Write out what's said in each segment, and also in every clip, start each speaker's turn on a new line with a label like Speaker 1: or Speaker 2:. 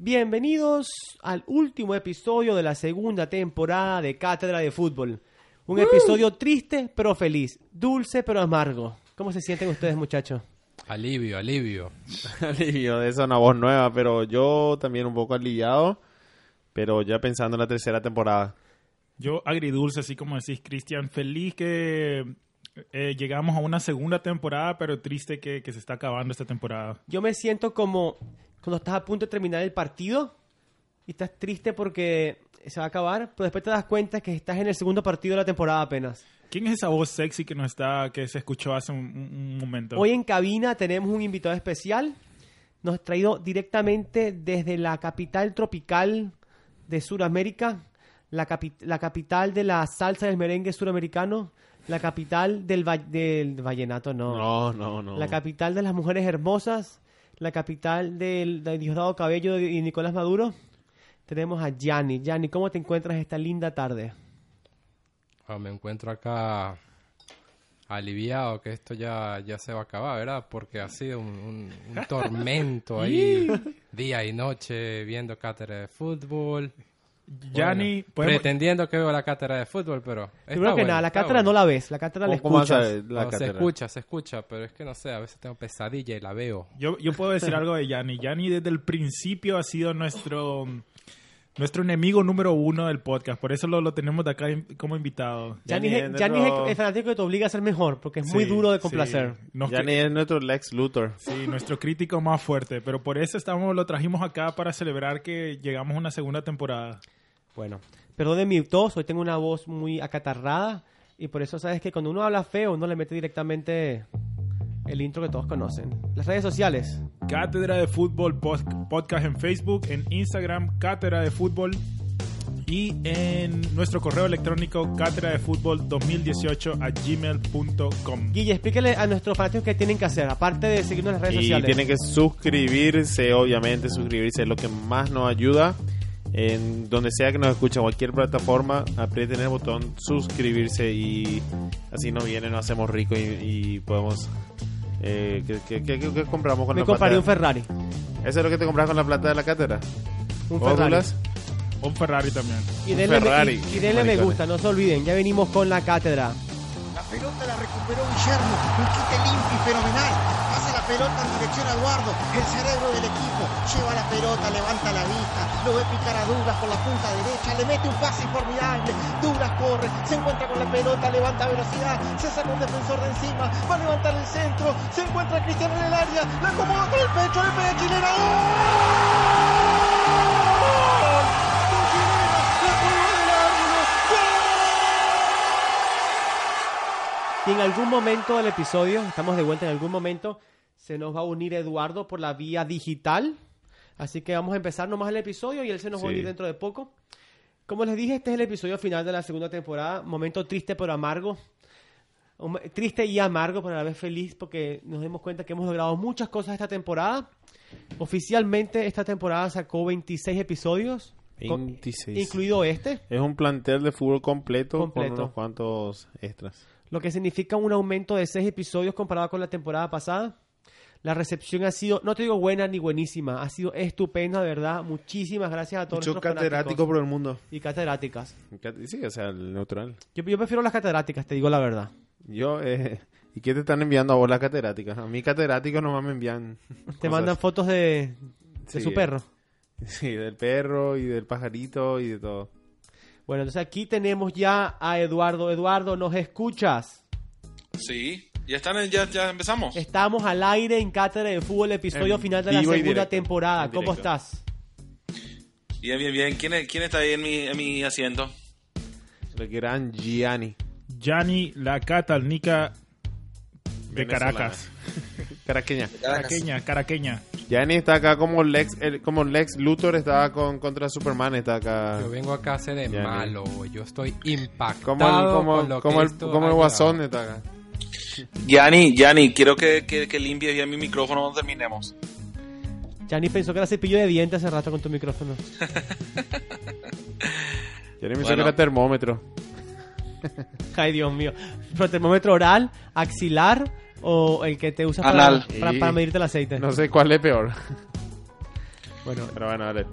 Speaker 1: Bienvenidos al último episodio de la segunda temporada de Cátedra de Fútbol. Un episodio triste pero feliz, dulce pero amargo. ¿Cómo se sienten ustedes, muchachos?
Speaker 2: Alivio, alivio.
Speaker 3: Alivio de esa una voz nueva, pero yo también un poco aliviado, pero ya pensando en la tercera temporada.
Speaker 4: Yo agridulce, así como decís, Cristian. Feliz que eh, llegamos a una segunda temporada, pero triste que, que se está acabando esta temporada.
Speaker 1: Yo me siento como cuando estás a punto de terminar el partido y estás triste porque se va a acabar, pero después te das cuenta que estás en el segundo partido de la temporada apenas.
Speaker 4: ¿Quién es esa voz sexy que no está, que se escuchó hace un, un- un momento?
Speaker 1: Hoy en cabina tenemos un invitado especial. Nos ha traído directamente desde la capital tropical de Sudamérica, la, capi- la capital de la salsa del merengue suramericano, la capital del, va- del vallenato, no.
Speaker 3: No, no, no.
Speaker 1: La capital de las mujeres hermosas, la capital del, de Diosdado Cabello y Nicolás Maduro. Tenemos a Gianni. Gianni, ¿cómo te encuentras esta linda tarde?
Speaker 2: Ah, me encuentro acá aliviado que esto ya, ya se va a acabar, ¿verdad? Porque ha sido un, un- un tormento ahí día y noche viendo cátedra de fútbol.
Speaker 4: Yanni,
Speaker 2: Bueno,
Speaker 4: podemos-
Speaker 2: pretendiendo que veo la cátedra de fútbol, pero está
Speaker 1: Primero que
Speaker 2: bueno,
Speaker 1: nada, la
Speaker 2: está
Speaker 1: cátedra no
Speaker 2: bueno.
Speaker 1: la ves, la cátedra la
Speaker 3: ¿Cómo- cómo vas a
Speaker 1: escuchas.
Speaker 3: ver la
Speaker 2: No, se
Speaker 3: cátedra?
Speaker 2: escucha, se escucha, pero es que no sé, a veces tengo pesadilla y la veo.
Speaker 4: yo, yo puedo decir algo de Yanni. Yanni desde el principio ha sido nuestro, nuestro enemigo número uno del podcast. Por eso lo, lo tenemos de acá in- como invitado.
Speaker 1: Gianni,
Speaker 3: Gianni
Speaker 1: es-
Speaker 3: es
Speaker 1: Gianni es el-
Speaker 3: nuestro-
Speaker 1: el fanático que eh, te obliga a ser mejor, porque es muy
Speaker 4: Sí,
Speaker 1: duro de
Speaker 4: sí.
Speaker 1: complacer.
Speaker 4: Nos
Speaker 3: Ya ni es nuestro Lex Luthor.
Speaker 4: Sí, nuestro crítico más fuerte, pero por eso estamos, lo trajimos acá para celebrar que llegamos a una segunda temporada.
Speaker 1: Bueno, perdón mi tos, hoy tengo una voz muy acatarrada y por eso sabes que cuando uno habla feo, uno le mete directamente el intro que todos conocen. Las redes sociales.
Speaker 4: Cátedra de Fútbol Pod- Podcast en Facebook, en Instagram, Cátedra de Fútbol y en nuestro correo electrónico cátedra de fútbol 2018 a gmail.com.
Speaker 1: Guille, explícale a nuestros fanáticos qué tienen que hacer, aparte de seguirnos en las redes
Speaker 3: Y
Speaker 1: sociales.
Speaker 3: tienen que suscribirse, obviamente, suscribirse es lo que más nos ayuda. En donde sea que nos escuchen, cualquier plataforma, aprieten el botón suscribirse y así nos viene, nos hacemos ricos y, y podemos... Eh, ¿qué, qué- qué- qué- qué compramos con
Speaker 1: Me
Speaker 3: la plata?
Speaker 1: compraría un Ferrari.
Speaker 3: ¿Eso es lo que te compras con la plata de la cátedra?
Speaker 1: Un
Speaker 3: ¿Vos,
Speaker 1: Ferrari.
Speaker 3: Douglas?
Speaker 4: Un Ferrari también.
Speaker 1: Y
Speaker 3: un
Speaker 1: denle,
Speaker 3: Ferrari,
Speaker 1: y- y denle me
Speaker 3: maricones.
Speaker 1: gusta, no se olviden, ya venimos con la cátedra.
Speaker 5: La pelota la recuperó Guillermo, un quite limpio y fenomenal. Pasa la pelota en dirección a Eduardo, el cerebro del equipo. Lleva la pelota, levanta la vista, lo ve picar a Duras por la punta derecha, le mete un pase formidable. Duras corre, se encuentra con la pelota, levanta velocidad, se saca un defensor de encima, va a levantar el centro, se encuentra Cristiano en el área, la acomoda con el pecho, le pega Chilena. ¡Gol! De Chilena, la colgó del ángulo.
Speaker 1: Y
Speaker 5: ¡Gol!
Speaker 1: en algún momento del episodio, estamos de vuelta en algún momento, se nos va a unir Eduardo por la vía digital. Así que vamos a empezar nomás el episodio y él se nos va a
Speaker 3: Sí.
Speaker 1: unir dentro de poco. Como les dije, este es el episodio final de la segunda temporada. Momento triste pero amargo. Um, Triste y amargo, pero a la vez feliz porque nos dimos cuenta que hemos logrado muchas cosas esta temporada. Oficialmente esta temporada sacó 26 episodios, con-
Speaker 3: 26.
Speaker 1: incluido este.
Speaker 3: Es un plantel de fútbol completo,
Speaker 1: Completo.
Speaker 3: con unos cuantos extras.
Speaker 1: lo que significa un aumento de 6 episodios comparado con la temporada pasada. La recepción ha sido, no te digo buena ni buenísima, ha sido estupenda, de verdad. Muchísimas gracias a todos
Speaker 3: Muchos
Speaker 1: nuestros
Speaker 3: catedráticos
Speaker 1: fanáticos
Speaker 3: por el mundo.
Speaker 1: y catedráticas.
Speaker 3: Sí, o sea, el neutral.
Speaker 1: Yo, yo prefiero las catedráticas, te digo la verdad.
Speaker 3: Yo, eh, ¿y qué te están enviando a vos las catedráticas? A mí catedráticos nomás me envían.
Speaker 1: Te
Speaker 3: cosas.
Speaker 1: mandan fotos de, de
Speaker 3: Sí.
Speaker 1: su perro.
Speaker 3: Sí, del perro y del pajarito y de todo.
Speaker 1: Bueno, entonces aquí tenemos ya a Eduardo. Eduardo, ¿nos escuchas?
Speaker 6: Sí, ya están, en- ya, ya empezamos.
Speaker 1: Estamos al aire en Cátedra de Fútbol, episodio
Speaker 3: En
Speaker 1: final de la
Speaker 3: vivo y
Speaker 1: segunda
Speaker 3: directo.
Speaker 1: temporada.
Speaker 3: En
Speaker 1: ¿Cómo
Speaker 3: directo.
Speaker 1: estás?
Speaker 6: Bien, bien, bien. ¿Quién, es- quién está ahí en mi, en mi asiento?
Speaker 3: El gran Gianni.
Speaker 4: Yanni, la catalnica de
Speaker 3: Venezolana.
Speaker 4: Caracas.
Speaker 3: Caraqueña.
Speaker 4: Caraqueña, caraqueña.
Speaker 3: Gianni está acá como Lex, el- como Lex Luthor estaba con, contra Superman, está acá.
Speaker 2: Yo vengo acá a ser de
Speaker 3: Ah. Ya, ya.
Speaker 2: malo, yo estoy impactado
Speaker 3: Como el,
Speaker 2: con lo que
Speaker 3: como, como el,
Speaker 2: esto
Speaker 3: como
Speaker 2: ha
Speaker 3: el guasón
Speaker 2: llegado.
Speaker 3: está acá.
Speaker 6: Yanni, Yanni, quiero que, que, que limpies bien mi micrófono cuando terminemos.
Speaker 1: Yanni pensó que era cepillo de dientes hace rato con tu micrófono.
Speaker 3: Gianni me hizo
Speaker 6: Bueno.
Speaker 3: que era termómetro.
Speaker 1: Ay, Dios mío. ¿Pero termómetro oral, axilar o el que te usas para,
Speaker 6: Anal.
Speaker 1: para, para medirte el aceite?
Speaker 3: No sé cuál es peor.
Speaker 1: Bueno,
Speaker 3: Pero bueno, dale.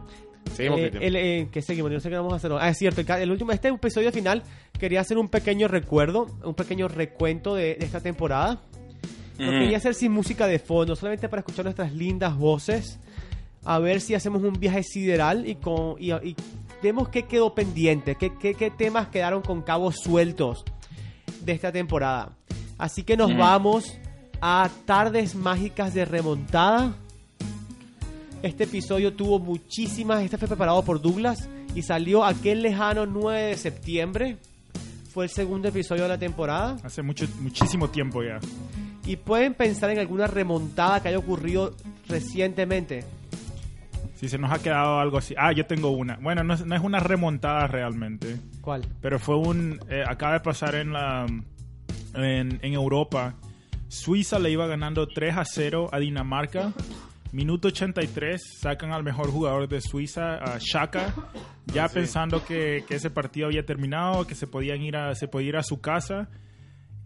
Speaker 3: Seguimos,
Speaker 1: eh,
Speaker 3: Cristian.
Speaker 1: el, eh, ¿Qué seguimos? Yo no sé qué vamos a hacer. Ah, es cierto. el ca- El último, este episodio final, quería hacer un pequeño recuerdo, un pequeño recuento de, de esta temporada. Lo
Speaker 6: Ujú.
Speaker 1: quería hacer sin música de fondo, solamente para escuchar nuestras lindas voces. A ver si hacemos un viaje sideral y, con, y, y vemos qué quedó pendiente, qué, qué- qué temas quedaron con cabos sueltos de esta temporada. Así que nos
Speaker 6: Ujú.
Speaker 1: vamos a Tardes Mágicas de Remontada. Este episodio tuvo muchísimas. Este fue preparado por Douglas y salió aquel lejano 9 de septiembre. Fue el segundo episodio de la temporada.
Speaker 4: Hace mucho, muchísimo tiempo ya.
Speaker 1: Y pueden pensar en alguna remontada que haya ocurrido recientemente.
Speaker 4: Si se nos ha quedado algo así. Ah, yo tengo una. Bueno, no es, no es una remontada realmente.
Speaker 1: ¿Cuál?
Speaker 4: Pero fue un. eh, acaba de pasar en la. En, en Europa. Suiza le iba ganando 3 a 0 a Dinamarca. Minuto 83, sacan al mejor jugador de Suiza, a Shaka, ya pensando que, que ese partido había terminado, que se podían ir a, se podía ir a su casa.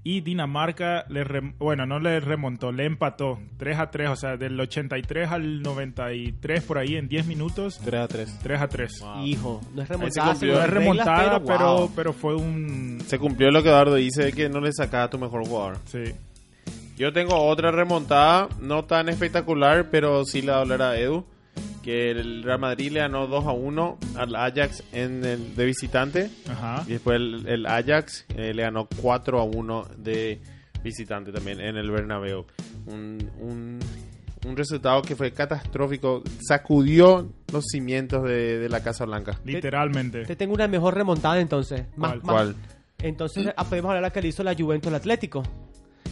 Speaker 4: Y Dinamarca, le rem- bueno, no le remontó, le empató 3 a 3, o sea, del 83 al 93 por ahí en 10 minutos,
Speaker 3: 3 a 3.
Speaker 4: 3 a 3.
Speaker 1: Hijo, no es
Speaker 3: se
Speaker 1: remontada.
Speaker 3: cumplió.
Speaker 1: según
Speaker 4: No
Speaker 1: las
Speaker 4: es
Speaker 3: Las
Speaker 4: remontada,
Speaker 1: reglas,
Speaker 4: pero,
Speaker 1: wow.
Speaker 4: pero fue un...
Speaker 3: Se cumplió lo que Eduardo dice de que no le sacaba a tu mejor jugador.
Speaker 4: Sí.
Speaker 3: Yo tengo otra remontada, no tan espectacular, pero sí la hablará Edu. Que el Real Madrid le ganó 2 a 1 al Ajax en el, de visitante.
Speaker 4: Ajá.
Speaker 3: Y después el, el Ajax eh, le ganó 4 a 1 de visitante también en el Bernabéu. Un, un- un resultado que fue catastrófico. Sacudió los cimientos de, de la Casa Blanca.
Speaker 4: Literalmente.
Speaker 1: Te tengo una mejor remontada entonces. Más-
Speaker 4: ¿Cuál?
Speaker 1: más-
Speaker 3: ¿Cuál?
Speaker 1: Entonces ah, podemos hablar de la que le hizo la Juventus al Atlético.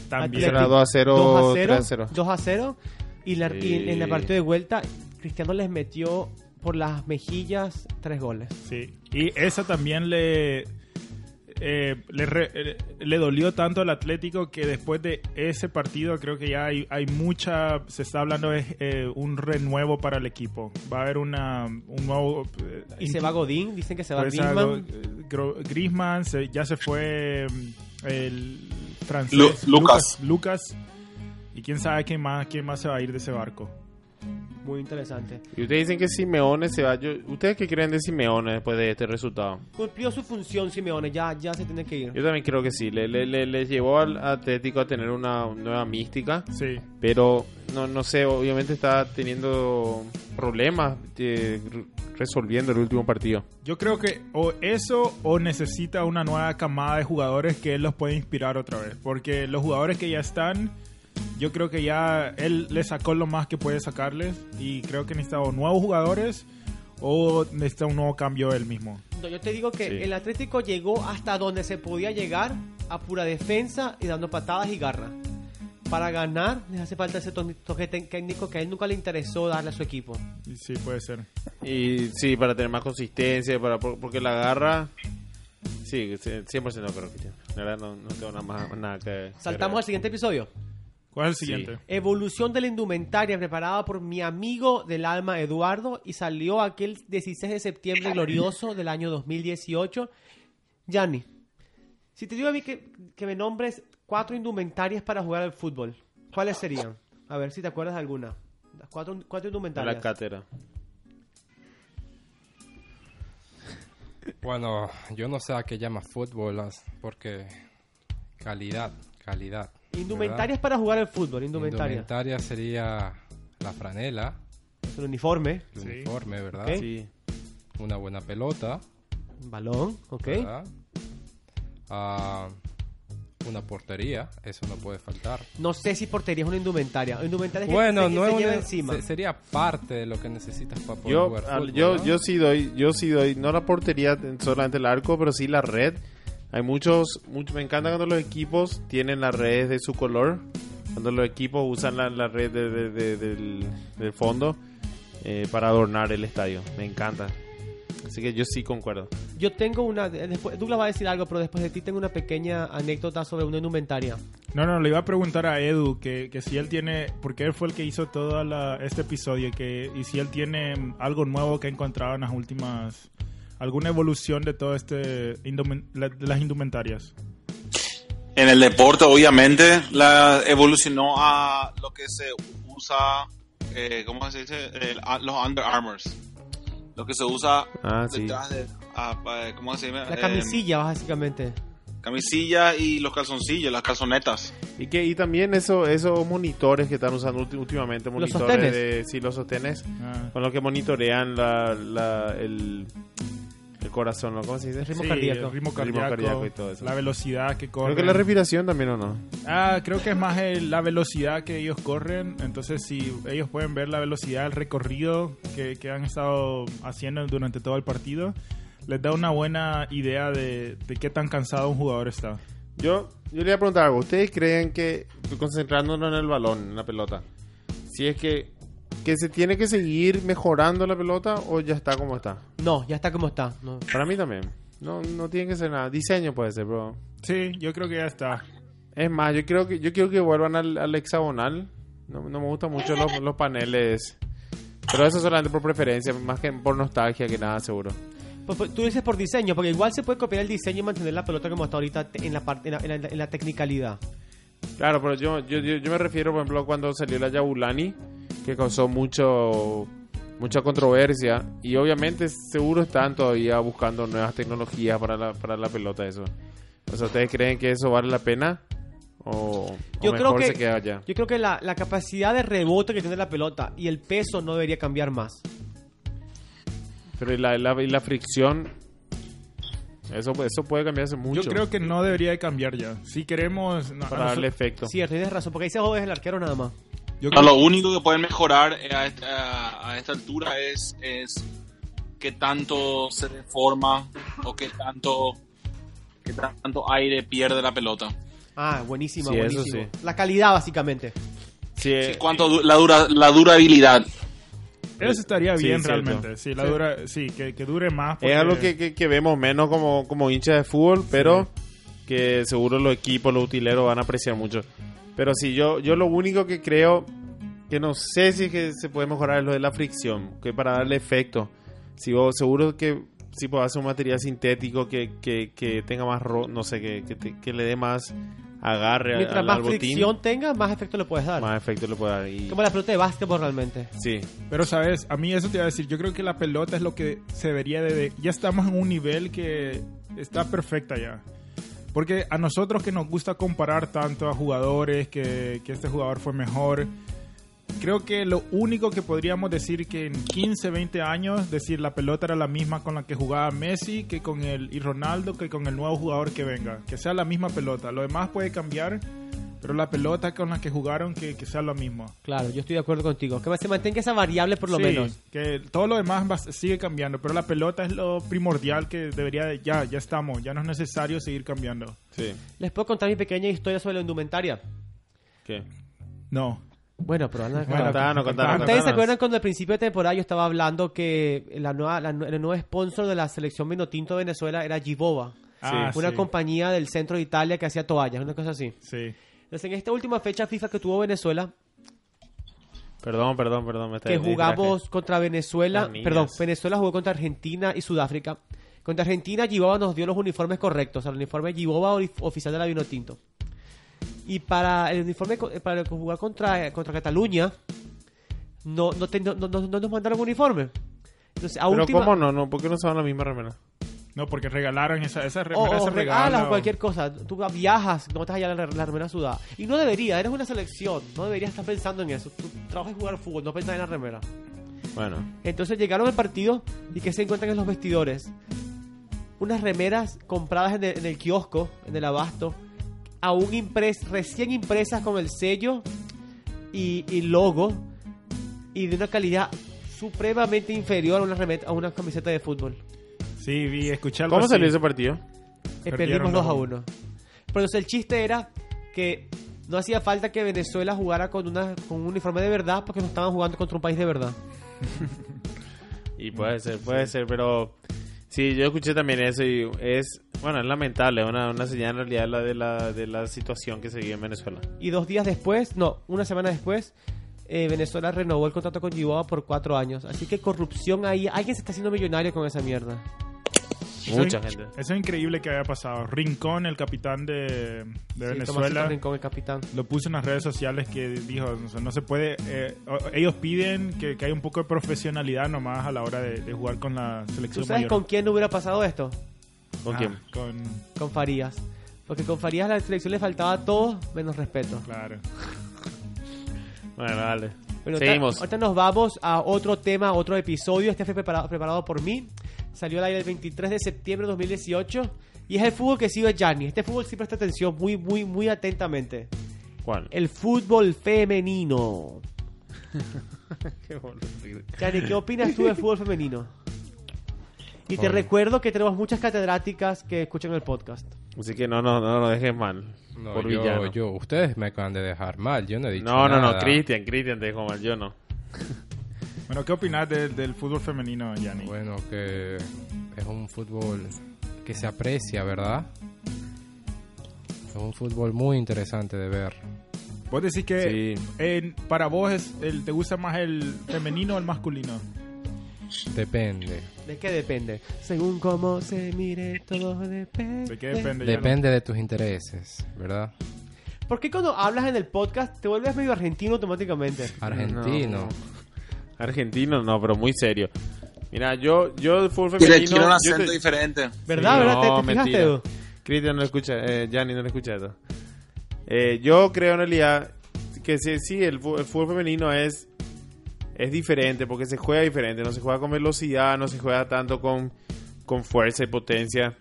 Speaker 4: También.
Speaker 3: Será 2 a 0,
Speaker 1: 2
Speaker 3: 3
Speaker 1: a
Speaker 3: a
Speaker 1: 0.
Speaker 3: 0.
Speaker 1: 2 a 0. Y, la- y en la
Speaker 3: Sí.
Speaker 1: partida de vuelta, Cristiano les metió por las mejillas tres goles.
Speaker 4: Sí. Y esa también le. eh, le, re- eh, le dolió tanto al Atlético que después de ese partido creo que ya hay, hay mucha, se está hablando de eh, un renuevo para el equipo. Va a haber una, un nuevo... eh,
Speaker 1: Y se va Godín, dicen que se va
Speaker 4: pues, algo, eh,
Speaker 1: Griezmann.
Speaker 4: Gro- Griezmann, se- ya se fue mm, el francés
Speaker 6: Lu-
Speaker 4: Lucas.
Speaker 6: Lucas.
Speaker 4: Lucas. Y quién sabe quién más, quién más se va a ir de ese barco.
Speaker 1: Muy interesante.
Speaker 3: Y ustedes dicen que Simeone se va. Yo- ¿Ustedes qué creen de Simeone después de este resultado?
Speaker 1: Cumplió su función Simeone, ya, ya se tiene que ir.
Speaker 3: Yo también creo que sí. Le, le, le- le llevó al Atlético a tener una nueva mística.
Speaker 4: Sí.
Speaker 3: Pero no, no sé, obviamente está teniendo problemas eh, re- resolviendo el último partido.
Speaker 4: Yo creo que o eso o necesita una nueva camada de jugadores que él los puede inspirar otra vez. Porque los jugadores que ya están, yo creo que ya él le sacó lo más que puede sacarles. Y creo que necesita o nuevos jugadores o necesita un nuevo cambio él mismo.
Speaker 1: No, yo te digo que
Speaker 3: Sí.
Speaker 1: el Atlético llegó hasta donde se podía llegar a pura defensa y dando patadas y garras. Para ganar les hace falta ese to- toque te- técnico que a él nunca le interesó darle a su equipo.
Speaker 4: Y Sí, puede ser.
Speaker 3: Y sí, para tener más consistencia, para por- porque la garra. Sí, sí, 100% no creo que tiene. La verdad, no, no tengo nada, más, nada que.
Speaker 1: Saltamos al siguiente episodio.
Speaker 4: ¿Cuál es el siguiente?
Speaker 1: Evolución de la indumentaria preparada por mi amigo del alma Eduardo y salió aquel 16 de septiembre glorioso del año 2018. Yanni, si te digo a mí que, que me nombres cuatro indumentarias para jugar al fútbol, ¿cuáles serían? A ver si te acuerdas de alguna. Las cuatro, cuatro
Speaker 3: De la
Speaker 1: indumentarias.
Speaker 3: cátedra.
Speaker 2: Bueno, yo no sé a qué llama fútbol, as- porque calidad, calidad. ¿verdad?
Speaker 1: indumentarias para jugar al fútbol, indumentaria.
Speaker 2: Indumentaria sería la franela,
Speaker 1: El uniforme,
Speaker 2: el
Speaker 4: Sí.
Speaker 2: uniforme, ¿verdad?
Speaker 1: Ok.
Speaker 3: Sí.
Speaker 2: Una buena pelota,
Speaker 1: un balón, ¿ok?
Speaker 2: ¿verdad? Ah, una portería, eso no puede faltar.
Speaker 1: No sé si portería es una indumentaria. Indumentaria es que
Speaker 2: Bueno,
Speaker 1: se-
Speaker 2: no
Speaker 1: se
Speaker 2: es
Speaker 1: lleva
Speaker 2: una-
Speaker 1: encima.
Speaker 2: se- sería parte de lo que necesitas para poder
Speaker 3: Yo,
Speaker 2: jugar
Speaker 3: al-
Speaker 2: fútbol,
Speaker 3: yo,
Speaker 2: ¿no?
Speaker 3: yo sí doy, yo sí doy, no la portería solamente el arco, pero sí la red. Hay muchos, muchos me encanta cuando los equipos tienen las redes de su color, cuando los equipos usan la, la red de- de- de- del, del fondo eh, para adornar el estadio. Me encanta. Así que yo sí concuerdo.
Speaker 1: Yo tengo una. eh, Después, Douglas va a decir algo, pero después de ti tengo una pequeña anécdota sobre una indumentaria.
Speaker 4: No, no, le iba a preguntar a Edu que, que si él tiene, porque él fue el que hizo todo este episodio, que, y si él tiene mm, algo nuevo que ha encontrado en las últimas, alguna evolución de todo este, indumen- la- de las indumentarias.
Speaker 6: En el deporte, obviamente, la evolucionó a lo que se usa eh, ¿cómo se dice? El- a- los Under Armours. Lo que se usa
Speaker 3: Ah, sí.
Speaker 6: detrás de. ah, pa- eh, ¿Cómo se llama?
Speaker 1: La
Speaker 6: Eh,
Speaker 1: camisilla, básicamente.
Speaker 6: camisilla y los calzoncillos, las calzonetas.
Speaker 3: Y que y también eso, esos monitores que están usando ulti- últimamente, monitores
Speaker 1: sostenes.
Speaker 3: de sí, los sostenes,
Speaker 4: Ah.
Speaker 3: con los que monitorean la, la- el, el corazón, ¿no? ¿Cómo se dice?
Speaker 1: Ritmo
Speaker 4: Sí,
Speaker 1: cardíaco.
Speaker 4: el ritmo
Speaker 3: El ritmo
Speaker 4: cardíaco,
Speaker 3: cardíaco y todo eso.
Speaker 4: la velocidad que corre.
Speaker 3: Creo que la respiración también o no.
Speaker 4: Ah, creo que es más el- la velocidad que ellos corren. Entonces, si ellos pueden ver la velocidad, el recorrido que, que han estado haciendo durante todo el partido, les da una buena idea de, de qué tan cansado un jugador está.
Speaker 3: Yo, yo le voy a preguntar algo. ¿Ustedes creen que, concentrándonos en el balón, en la pelota, si es que, que se tiene que seguir mejorando la pelota o ya está como está?
Speaker 1: No, ya está como está. No.
Speaker 3: Para mí también. No, no tiene que ser nada. Diseño puede ser, pero...
Speaker 4: Sí, yo creo que ya está.
Speaker 3: Es más, yo creo que, yo quiero que vuelvan al, al hexagonal. No, no me gustan mucho los, los paneles. Pero eso solamente por preferencia, más que por nostalgia que nada, seguro.
Speaker 1: Pues, pues, tú dices por diseño, porque igual se puede copiar el diseño y mantener la pelota como está ahorita te- en la, parte- en la, en la- en la tecnicalidad.
Speaker 3: Claro, pero yo, yo, yo, yo me refiero, por ejemplo, cuando salió la Yabulani, que causó mucho mucha controversia. Y obviamente, seguro están todavía buscando nuevas tecnologías para la, para la pelota, eso. O sea, ¿ustedes creen que eso vale la pena? ¿O, o
Speaker 1: Yo creo
Speaker 3: mejor
Speaker 1: que-
Speaker 3: se queda allá?
Speaker 1: Yo creo que la, la capacidad de rebote que tiene la pelota y el peso no debería cambiar más.
Speaker 3: Pero y la, la- y la fricción, eso, eso puede cambiarse mucho.
Speaker 4: Yo creo que no debería de cambiar ya. Si queremos... no, a
Speaker 3: para darle efecto.
Speaker 1: Cierto, tienes razón, porque ahí se jode el arquero nada más.
Speaker 4: nosotros- yo
Speaker 6: No,
Speaker 4: creo-
Speaker 6: lo único que pueden mejorar eh, a esta, a esta altura es, es qué tanto se deforma o qué tanto, qué tan- tanto aire pierde la pelota.
Speaker 1: Ah, buenísima,
Speaker 3: Sí, eso
Speaker 1: buenísimo.
Speaker 3: sí.
Speaker 1: La calidad, básicamente.
Speaker 3: Sí, eh,
Speaker 6: Sí, cuánto du- la, dura, la durabilidad.
Speaker 4: Eso estaría
Speaker 3: Sí,
Speaker 4: bien
Speaker 3: cierto.
Speaker 4: realmente. Sí, la dura, sí que, que dure más. porque-
Speaker 3: es algo que, que- que vemos menos como, como hincha de fútbol, pero que seguro los equipos, los utileros van a apreciar mucho. Pero sí, yo, yo lo único que creo que no sé si es que se puede mejorar es lo de la fricción, que para darle efecto. Si vos, seguro que si puedo hacer un material sintético que, que, que tenga más, ro- no sé, que, que, te- que le dé más agarre al,
Speaker 1: Mientras
Speaker 3: al
Speaker 1: más
Speaker 3: botín,
Speaker 1: fricción tenga, más efecto le puedes dar.
Speaker 3: más efecto le puede dar. Y,
Speaker 1: Como la pelota de básquetbol realmente.
Speaker 3: sí,
Speaker 4: Pero sabes, a mí eso te iba a decir, yo creo que la pelota es lo que se debería de... Ya estamos en un nivel que está perfecta ya. Porque a nosotros que nos gusta comparar tanto a jugadores, que, que este jugador fue mejor, creo que lo único que podríamos decir que en 15, 20 años, decir la pelota era la misma con la que jugaba Messi que con el, y Ronaldo que con el nuevo jugador que venga, que sea la misma pelota. Lo demás puede cambiar, pero la pelota con la que jugaron que, que sea la misma.
Speaker 1: Claro, yo estoy de acuerdo contigo. Que se mantenga esa variable por lo
Speaker 4: Sí,
Speaker 1: menos.
Speaker 4: Que todo lo demás va- sigue cambiando, pero la pelota es lo primordial que debería de, ya, ya estamos, ya no es necesario seguir cambiando.
Speaker 3: sí.
Speaker 1: Les puedo contar mi pequeña historia sobre la indumentaria.
Speaker 3: ¿Qué?
Speaker 4: No.
Speaker 1: Bueno, pero van a
Speaker 4: Bueno,
Speaker 3: Contanos, contanos,
Speaker 1: ¿Ustedes se
Speaker 3: contanos.
Speaker 1: acuerdan cuando al principio de temporada yo estaba hablando que la nueva, la nu- el nuevo sponsor de la selección Vinotinto de Venezuela era Givova?
Speaker 4: Ah,
Speaker 1: una
Speaker 4: sí.
Speaker 1: compañía del centro de Italia que hacía toallas, una cosa así.
Speaker 4: Sí.
Speaker 1: Entonces, en esta última fecha FIFA que tuvo Venezuela,
Speaker 3: Perdón, perdón, perdón. me
Speaker 1: que
Speaker 3: distraje.
Speaker 1: jugamos contra Venezuela,
Speaker 3: Las niñas.
Speaker 1: perdón, Venezuela jugó contra Argentina y Sudáfrica. Contra Argentina, Gibova nos dio los uniformes correctos, el uniforme Gibova ori- oficial de la Vinotinto. Y para el uniforme, co- para jugar contra, contra Cataluña, no, no, te- no- no- no- no nos mandaron uniforme. Entonces, a
Speaker 3: Pero
Speaker 1: última-
Speaker 3: ¿cómo no? no? ¿Por qué no se van la misma remera?
Speaker 4: No, porque regalaron esa, esa
Speaker 1: o,
Speaker 4: remera
Speaker 1: o
Speaker 4: se
Speaker 1: regalas
Speaker 4: regala,
Speaker 1: o ah, cualquier cosa. Tú viajas, no estás allá en la, la remera sudada. Y no debería, eres una selección. No deberías estar pensando en eso. Tú trabajas en jugar fútbol, no pensás en la remera.
Speaker 3: Bueno.
Speaker 1: Entonces llegaron al partido y que se encuentran en los vestidores. Unas remeras compradas en el, en el kiosco, en el abasto, aún impres, recién impresas con el sello y, y logo y de una calidad supremamente inferior a una, reme- a una camiseta de fútbol.
Speaker 4: Sí, vi, escuché algo
Speaker 3: ¿Cómo
Speaker 4: así.
Speaker 3: salió ese partido?
Speaker 1: Eh,
Speaker 4: Perdieron
Speaker 1: perdimos 2 a
Speaker 4: dos.
Speaker 1: 1. Pero entonces, el chiste era que no hacía falta que Venezuela jugara con, una, con un uniforme de verdad porque no estaban jugando contra un país de verdad.
Speaker 3: Y puede ser, puede ser, pero sí, yo escuché también eso y es, bueno, es lamentable, es una, una señal en realidad la de la, de la situación que se vive en Venezuela.
Speaker 1: Y dos días después, no, una semana después, eh, Venezuela renovó el contrato con Gibova por cuatro años. Así que corrupción ahí. Alguien se está haciendo millonario con esa mierda.
Speaker 4: Eso
Speaker 3: Mucha
Speaker 4: es-
Speaker 3: gente.
Speaker 4: Eso es increíble que haya pasado. Rincón, el capitán de, de
Speaker 1: Tomasito
Speaker 4: Venezuela,
Speaker 1: Rincón, el capitán.
Speaker 4: lo puso en las redes sociales que dijo, o sea, no se puede, eh, o- ellos piden que, que haya un poco de profesionalidad nomás a la hora de, de jugar con la
Speaker 1: ¿Tú
Speaker 4: selección
Speaker 1: sabes
Speaker 4: mayor.
Speaker 1: con quién hubiera pasado esto?
Speaker 3: ¿Con
Speaker 4: Ah,
Speaker 3: quién?
Speaker 4: Con,
Speaker 1: Con Farías. Porque con Farías a la selección le faltaba todo menos respeto.
Speaker 4: claro.
Speaker 3: Bueno, dale.
Speaker 1: Bueno, ahorita-
Speaker 3: Seguimos.
Speaker 1: Ahorita nos vamos a otro tema, a otro episodio. Este fue preparado, preparado por mí. Salió al aire el 23 de septiembre de 2018. Y es el fútbol que sigue Gianni. Este fútbol sí presta atención muy, muy, muy atentamente.
Speaker 3: ¿Cuál?
Speaker 1: El fútbol femenino. Gianni, ¿qué opinas tú del fútbol femenino? Y te
Speaker 3: Oh.
Speaker 2: Bueno.
Speaker 1: recuerdo que tenemos muchas catedráticas que escuchan el podcast.
Speaker 3: Así que no, no, no lo dejes mal.
Speaker 2: No,
Speaker 3: por
Speaker 2: yo,
Speaker 3: villano.
Speaker 2: yo, ustedes me acaban de dejar mal, yo no he dicho
Speaker 3: no, no, no,
Speaker 2: nada.
Speaker 3: Cristian, Cristian te dijo mal, yo no.
Speaker 4: Bueno, ¿qué opinas de- del fútbol femenino, Yanni?
Speaker 2: Bueno, que es un fútbol que se aprecia, ¿verdad? Es un fútbol muy interesante de ver.
Speaker 4: Vos decís que
Speaker 3: Sí.
Speaker 4: en- para vos es el, te gusta más el femenino o el masculino.
Speaker 2: Depende.
Speaker 1: ¿De qué depende? Según cómo se mire, todo depende.
Speaker 4: ¿De qué depende? Yanni?
Speaker 2: Depende de tus intereses, ¿verdad?
Speaker 1: ¿Por qué cuando hablas en el podcast te vuelves medio argentino automáticamente?
Speaker 2: Argentino.
Speaker 3: Argentino, no, pero muy serio. Mira, yo, yo del fútbol
Speaker 6: Y
Speaker 3: femenino.
Speaker 6: le quiero un
Speaker 3: yo
Speaker 6: acento
Speaker 3: te-
Speaker 6: diferente.
Speaker 1: ¿Verdad?
Speaker 3: Sí,
Speaker 1: ¿Verdad? ¿Te-
Speaker 3: no,
Speaker 1: ¿Te, fijaste,
Speaker 3: mentira.
Speaker 1: Edu?
Speaker 3: Cristian no escucha, eh, Gianni no le escucha eso. Eh, yo creo en realidad que sí, sí, el, fu- el fútbol femenino es, es diferente porque se juega diferente, no se juega con velocidad, no se juega tanto con, con fuerza y potencia,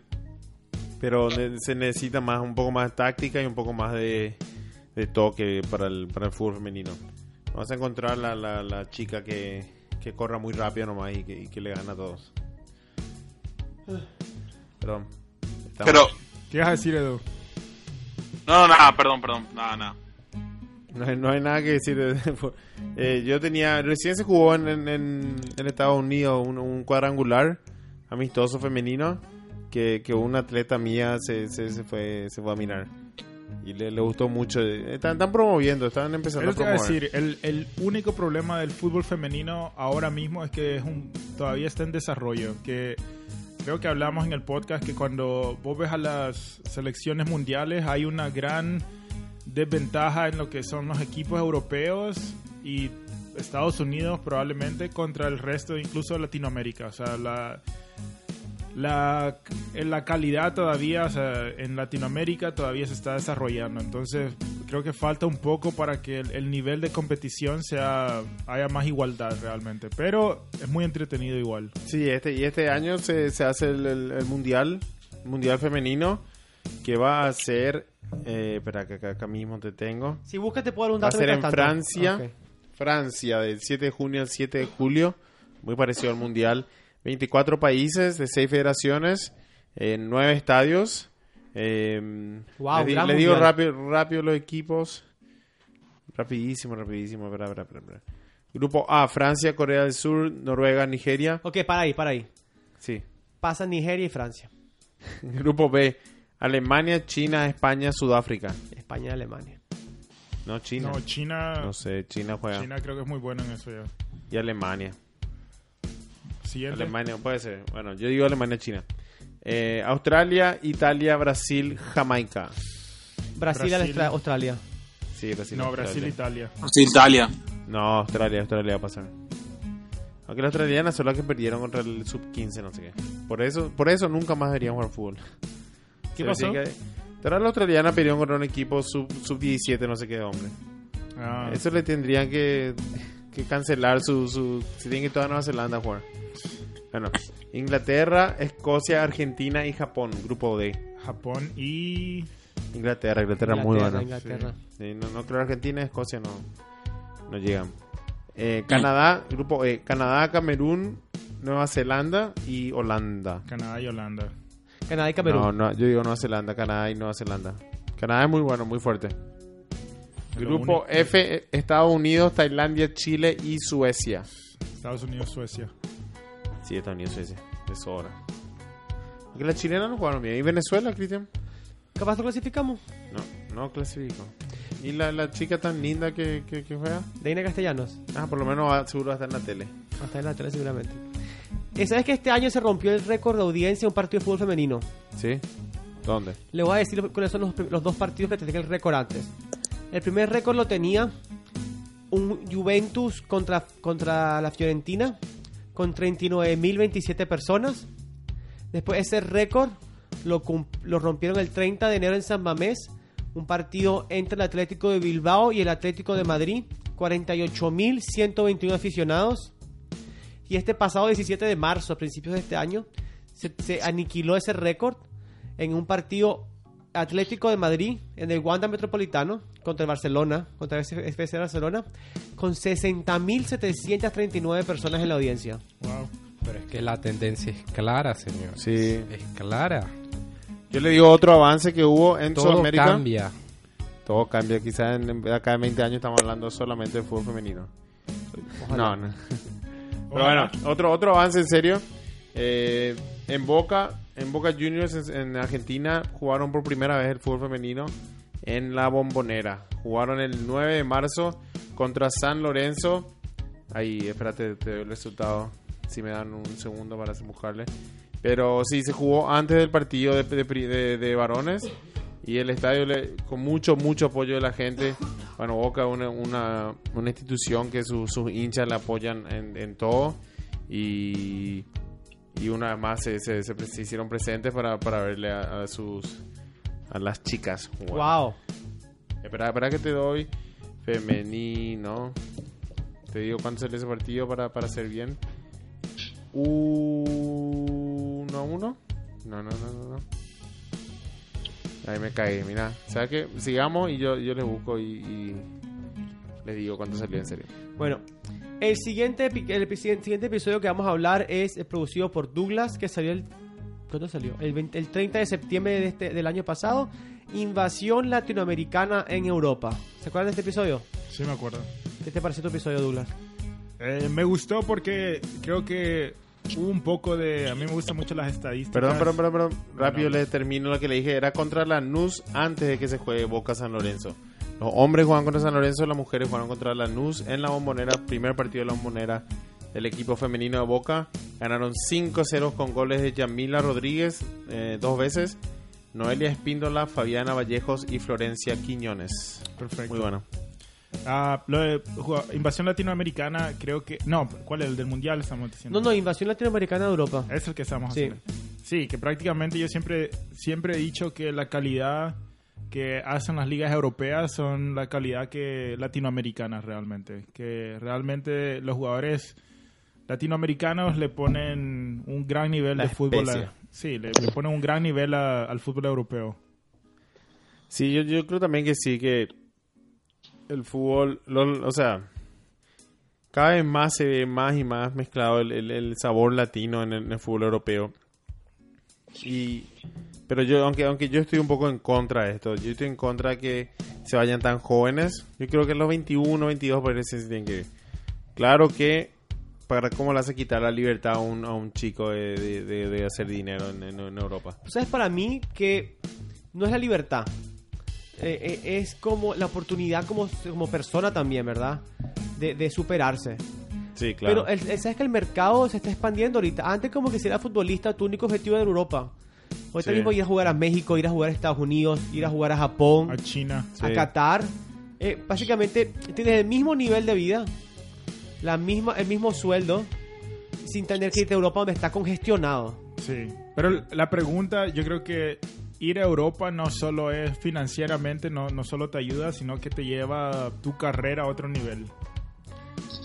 Speaker 3: pero ne- se necesita más un poco más de táctica y un poco más de, de toque para el, para el fútbol femenino. Vamos a encontrar la, la, la chica que, que corra muy rápido nomás y que, y que le gana a todos. Perdón. Estamos-
Speaker 6: Pero,
Speaker 4: ¿Qué vas a decir, Edu?
Speaker 6: no, no, nada, perdón, perdón, nada, nada.
Speaker 3: No hay, no hay nada que decir. de- de- por- eh, yo tenía. Recién se jugó en, en, en- en Estados Unidos un, un cuadrangular amistoso femenino que, que una atleta mía se, se, se fue, se fue a mirar. Y le, le gustó mucho. Eh, Están, están promoviendo, están empezando
Speaker 4: Eso
Speaker 3: a
Speaker 4: te iba a
Speaker 3: promover.
Speaker 4: decir, el, el único problema del fútbol femenino ahora mismo es que es un, todavía está en desarrollo. Que creo que hablamos en el podcast que cuando vos ves a las selecciones mundiales hay una gran desventaja en lo que son los equipos europeos y Estados Unidos probablemente contra el resto, incluso Latinoamérica. O sea, la, la, en la calidad todavía, o sea, en Latinoamérica todavía se está desarrollando. Entonces, creo que falta un poco para que el, el nivel de competición sea haya más igualdad realmente. Pero es muy entretenido igual.
Speaker 3: Sí, este, y este año se, se hace el, el- el mundial, mundial femenino, que va a ser. Eh, espera, que acá, acá mismo te tengo.
Speaker 1: Si buscas te puedo dar un
Speaker 3: Va a
Speaker 1: dato.
Speaker 3: ser en
Speaker 1: mientras tanto.
Speaker 3: Francia.
Speaker 1: Ok.
Speaker 3: Francia, del 7 de junio al 7 de julio. Muy parecido al Mundial. 24 países de 6 federaciones. En 9 estadios. Eh,
Speaker 1: Guau,
Speaker 3: le, di-
Speaker 1: gran
Speaker 3: le digo
Speaker 1: mundial.
Speaker 3: rápido, rápido los equipos. Rapidísimo, rapidísimo. Espera, espera, espera, espera. Grupo A, Francia, Corea del Sur, Noruega, Nigeria.
Speaker 1: Ok, para ahí, para ahí.
Speaker 3: Sí.
Speaker 1: Pasa Nigeria y Francia.
Speaker 3: Grupo B, Alemania, China, España, Sudáfrica.
Speaker 1: España y Alemania.
Speaker 3: No, China.
Speaker 4: No,
Speaker 3: No,
Speaker 4: China,
Speaker 3: sé, China juega.
Speaker 4: China creo que es muy bueno en eso ya.
Speaker 3: Y Alemania.
Speaker 4: Siguiente.
Speaker 3: Alemania, puede ser. Bueno, yo digo Alemania, China. Eh, Australia, Italia, Brasil, Jamaica.
Speaker 1: Brasil, y
Speaker 4: Brasil.
Speaker 1: Austra- Australia.
Speaker 3: Sí, Brasil.
Speaker 4: no,
Speaker 3: Australia.
Speaker 4: Brasil, Italia.
Speaker 6: Sí, Italia.
Speaker 3: No, Australia, Australia va a pasar. Aunque las australianas son las que perdieron contra el sub 15, no sé qué. Por eso, por eso nunca más deberían jugar fútbol.
Speaker 4: ¿Qué
Speaker 3: Se
Speaker 4: pasó?
Speaker 3: decía que- Tras la australiana perdieron contra un equipo sub, sub 17, no sé qué, hombre.
Speaker 4: Ah,
Speaker 3: Eso le tendrían que, que cancelar su, su... Si tienen que ir toda Nueva Zelanda a jugar. Bueno, Inglaterra, Escocia, Argentina y Japón, grupo D.
Speaker 4: Japón y...
Speaker 3: Inglaterra, Inglaterra, muy
Speaker 1: Inglaterra,
Speaker 3: buena.
Speaker 1: Inglaterra.
Speaker 3: Sí, no, no creo Argentina, Escocia no, no llegan. Eh, Canadá, grupo E, Canadá, Camerún, Nueva Zelanda y Holanda.
Speaker 4: Canadá y Holanda.
Speaker 1: Canadá y Camerún.
Speaker 3: No, no, yo digo Nueva Zelanda, Canadá y Nueva Zelanda. Canadá es muy bueno, muy fuerte.
Speaker 4: Lo
Speaker 3: Grupo
Speaker 4: único-
Speaker 3: F, eh, Estados Unidos, Tailandia, Chile y Suecia.
Speaker 4: Estados Unidos, Suecia.
Speaker 3: Sí, Estados Unidos, Suecia, de sobra. Porque las chilenas no jugaron bien. ¿Y Venezuela, Cristian?
Speaker 1: Capaz lo clasificamos.
Speaker 3: No, no clasificó. ¿Y la, la chica tan linda que, que, que juega?
Speaker 1: Deina Castellanos.
Speaker 3: Ah, por lo menos va- seguro va a estar en la tele.
Speaker 1: Hasta en la tele seguramente. Eh, ¿Sabes que este año se rompió el récord de audiencia de un partido de fútbol femenino?
Speaker 3: ¿Sí? ¿Dónde?
Speaker 1: Le voy a decir lo- cuáles son los, pri- los dos partidos que tenían el récord antes. El primer récord lo tenía un Juventus contra, contra la Fiorentina con 39.027 personas. Después ese récord lo, cum- lo rompieron el 30 de enero en San Mamés, un partido entre el Atlético de Bilbao y el Atlético de Madrid, 48.121 aficionados. Y este pasado 17 de marzo, a principios de este año, se, se aniquiló ese récord en un partido Atlético de Madrid en el Wanda Metropolitano contra el Barcelona, contra el FC Barcelona, con 60.739 personas en la audiencia.
Speaker 2: Pero es que la tendencia es clara, señor.
Speaker 3: Sí.
Speaker 2: Es clara.
Speaker 3: Yo le digo otro avance que hubo en
Speaker 2: Todo
Speaker 3: Sudamérica.
Speaker 2: cambia.
Speaker 3: Todo cambia. Quizás en, en- acá en 20 años estamos hablando solamente de fútbol femenino. No, no. Pero bueno, otro, otro avance en serio. Eh, en Boca, en Boca Juniors en, en Argentina jugaron por primera vez el fútbol femenino en la bombonera. Jugaron el 9 de marzo contra San Lorenzo. Ahí, espérate, te doy el resultado. Si me dan un segundo para buscarle. Pero sí, se jugó antes del partido de, de, pri- de- de varones. Y el estadio, le- con mucho, mucho apoyo de la gente. Bueno, Boca es una, una, una institución que su- sus hinchas la apoyan en, en todo. Y, y una vez más se, se- se pre- se hicieron presentes para, para verle a, a sus a las chicas. jugar.
Speaker 1: Wow.
Speaker 3: Espera, espera que te doy femenino. Te digo cuánto sale ese partido para, para hacer bien. ¿Uno a uno? No, no, no, no, no. Ahí me caí, mira. ¿Sabes qué? Sigamos y yo, yo les busco y, y les digo cuánto salió en serio.
Speaker 1: Bueno, el siguiente, epi- el epi- siguiente episodio que vamos a hablar es eh, producido por Douglas, que salió el... ¿Cuándo salió? El, 20 el 30 de septiembre de este- del año pasado. Invasión latinoamericana en Europa. ¿Se acuerdan de este episodio?
Speaker 4: Sí, me acuerdo.
Speaker 1: ¿Qué te pareció tu episodio, Douglas?
Speaker 4: Eh, me gustó porque creo que hubo un poco de... A mí me gustan mucho las estadísticas.
Speaker 3: Perdón, perdón, perdón, perdón. Rápido
Speaker 4: No.
Speaker 3: les termino lo que le dije. Era contra la NUS antes de que se juegue Boca San Lorenzo. Los hombres jugaban contra San Lorenzo, las mujeres jugaron contra la NUS en la bombonera. Primer partido de la bombonera del equipo femenino de Boca. Ganaron 5-0 con goles de Yamila Rodríguez eh, dos veces. Noelia Espíndola, Fabiana Vallejos y Florencia Quiñones.
Speaker 4: Perfecto.
Speaker 3: Muy bueno.
Speaker 4: Ah, lo de jugó- invasión latinoamericana, creo que... No, ¿cuál es? El del mundial estamos diciendo.
Speaker 1: No, no, invasión latinoamericana de Europa.
Speaker 4: Es el que estamos
Speaker 1: Sí.
Speaker 4: haciendo. Sí, que prácticamente yo siempre, siempre he dicho que la calidad que hacen las ligas europeas son la calidad que latinoamericanas realmente. Que realmente los jugadores latinoamericanos le ponen un gran nivel
Speaker 3: La
Speaker 4: de fútbol. a-
Speaker 3: especie.
Speaker 4: sí, le, le ponen un gran nivel a- al fútbol europeo.
Speaker 3: Sí, yo, yo creo también que sí, que el fútbol, lo- o sea, cada vez más se ve más y más mezclado el, el- el sabor latino en el, en el fútbol europeo. Y, pero yo, aunque, aunque yo estoy un poco en contra de esto, yo estoy en contra de que se vayan tan jóvenes. Yo creo que a los 21, 22 parece que se tienen que ir. Claro que, para ¿cómo le hace quitar la libertad a un, a un chico de, de- de- de hacer dinero en- en- en Europa?
Speaker 1: ¿Sabes para mí que no es la libertad? Eh, eh, es como la oportunidad como, como persona también, ¿verdad? De, de superarse.
Speaker 3: Sí, claro.
Speaker 1: Pero el, el- sabes que el mercado se está expandiendo ahorita. Antes como que si eras futbolista, tu único objetivo era Europa. Ahorita
Speaker 3: Sí.
Speaker 1: mismo ir a jugar a México, ir a jugar a Estados Unidos, ir a jugar a Japón,
Speaker 4: A China.
Speaker 1: a
Speaker 3: sí.
Speaker 1: Qatar. Eh, básicamente tienes el mismo nivel de vida, la misma, el mismo sueldo, sin tener que irte a Europa donde está congestionado.
Speaker 4: Sí. Pero la pregunta, yo creo que ir a Europa no solo es financieramente, no, no solo te ayuda, sino que te lleva tu carrera a otro nivel.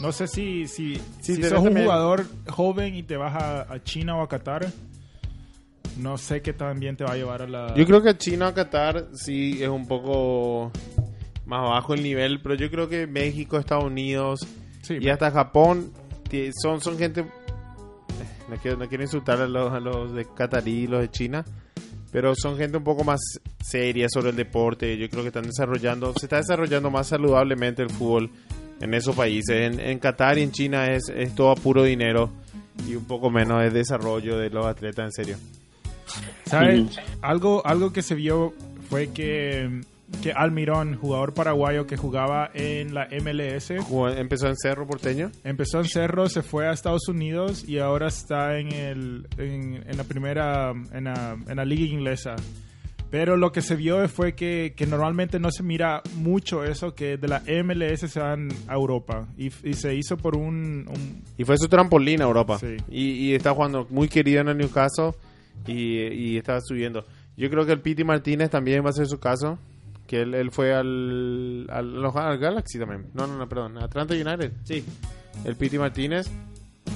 Speaker 4: No sé si, si, si
Speaker 3: tenés
Speaker 4: sos un
Speaker 3: también-
Speaker 4: jugador joven y te vas a, a China o a Qatar, no sé qué también te va a llevar a la...
Speaker 3: Yo creo que China o Qatar sí es un poco más bajo el nivel, pero yo creo que México, Estados Unidos
Speaker 4: Sí,
Speaker 3: y hasta Japón ti- son, son gente... eh, No quiero, no quiero insultar a los, a los de Qatarí y los de China, pero son gente un poco más seria sobre el deporte. Yo creo que están desarrollando, se está desarrollando más saludablemente el fútbol en esos países. En, en Qatar y en China es, es todo a puro dinero y un poco menos de desarrollo de los atletas, en serio.
Speaker 4: ¿Sabes? Algo, algo que se vio fue que mm, que Almirón, jugador paraguayo que jugaba en la MLS,
Speaker 3: Jugó- Empezó en Cerro Porteño.
Speaker 4: empezó en Cerro, se fue a Estados Unidos y ahora está en, el, en, en la primera, en la, en la liga inglesa. Pero lo que se vio fue que, que normalmente no se mira mucho eso, que de la MLS se van a Europa. Y, y se hizo por un- un,
Speaker 3: Y fue su trampolín a Europa.
Speaker 4: Sí.
Speaker 3: Y, y está jugando muy querido en el Newcastle y, y está subiendo. Yo creo que el Piti Martínez también va a ser su caso. Que él, él fue al, al, no, al Galaxy también. No, no, no, perdón. A Atlanta United.
Speaker 1: Sí.
Speaker 3: El Piti Martínez.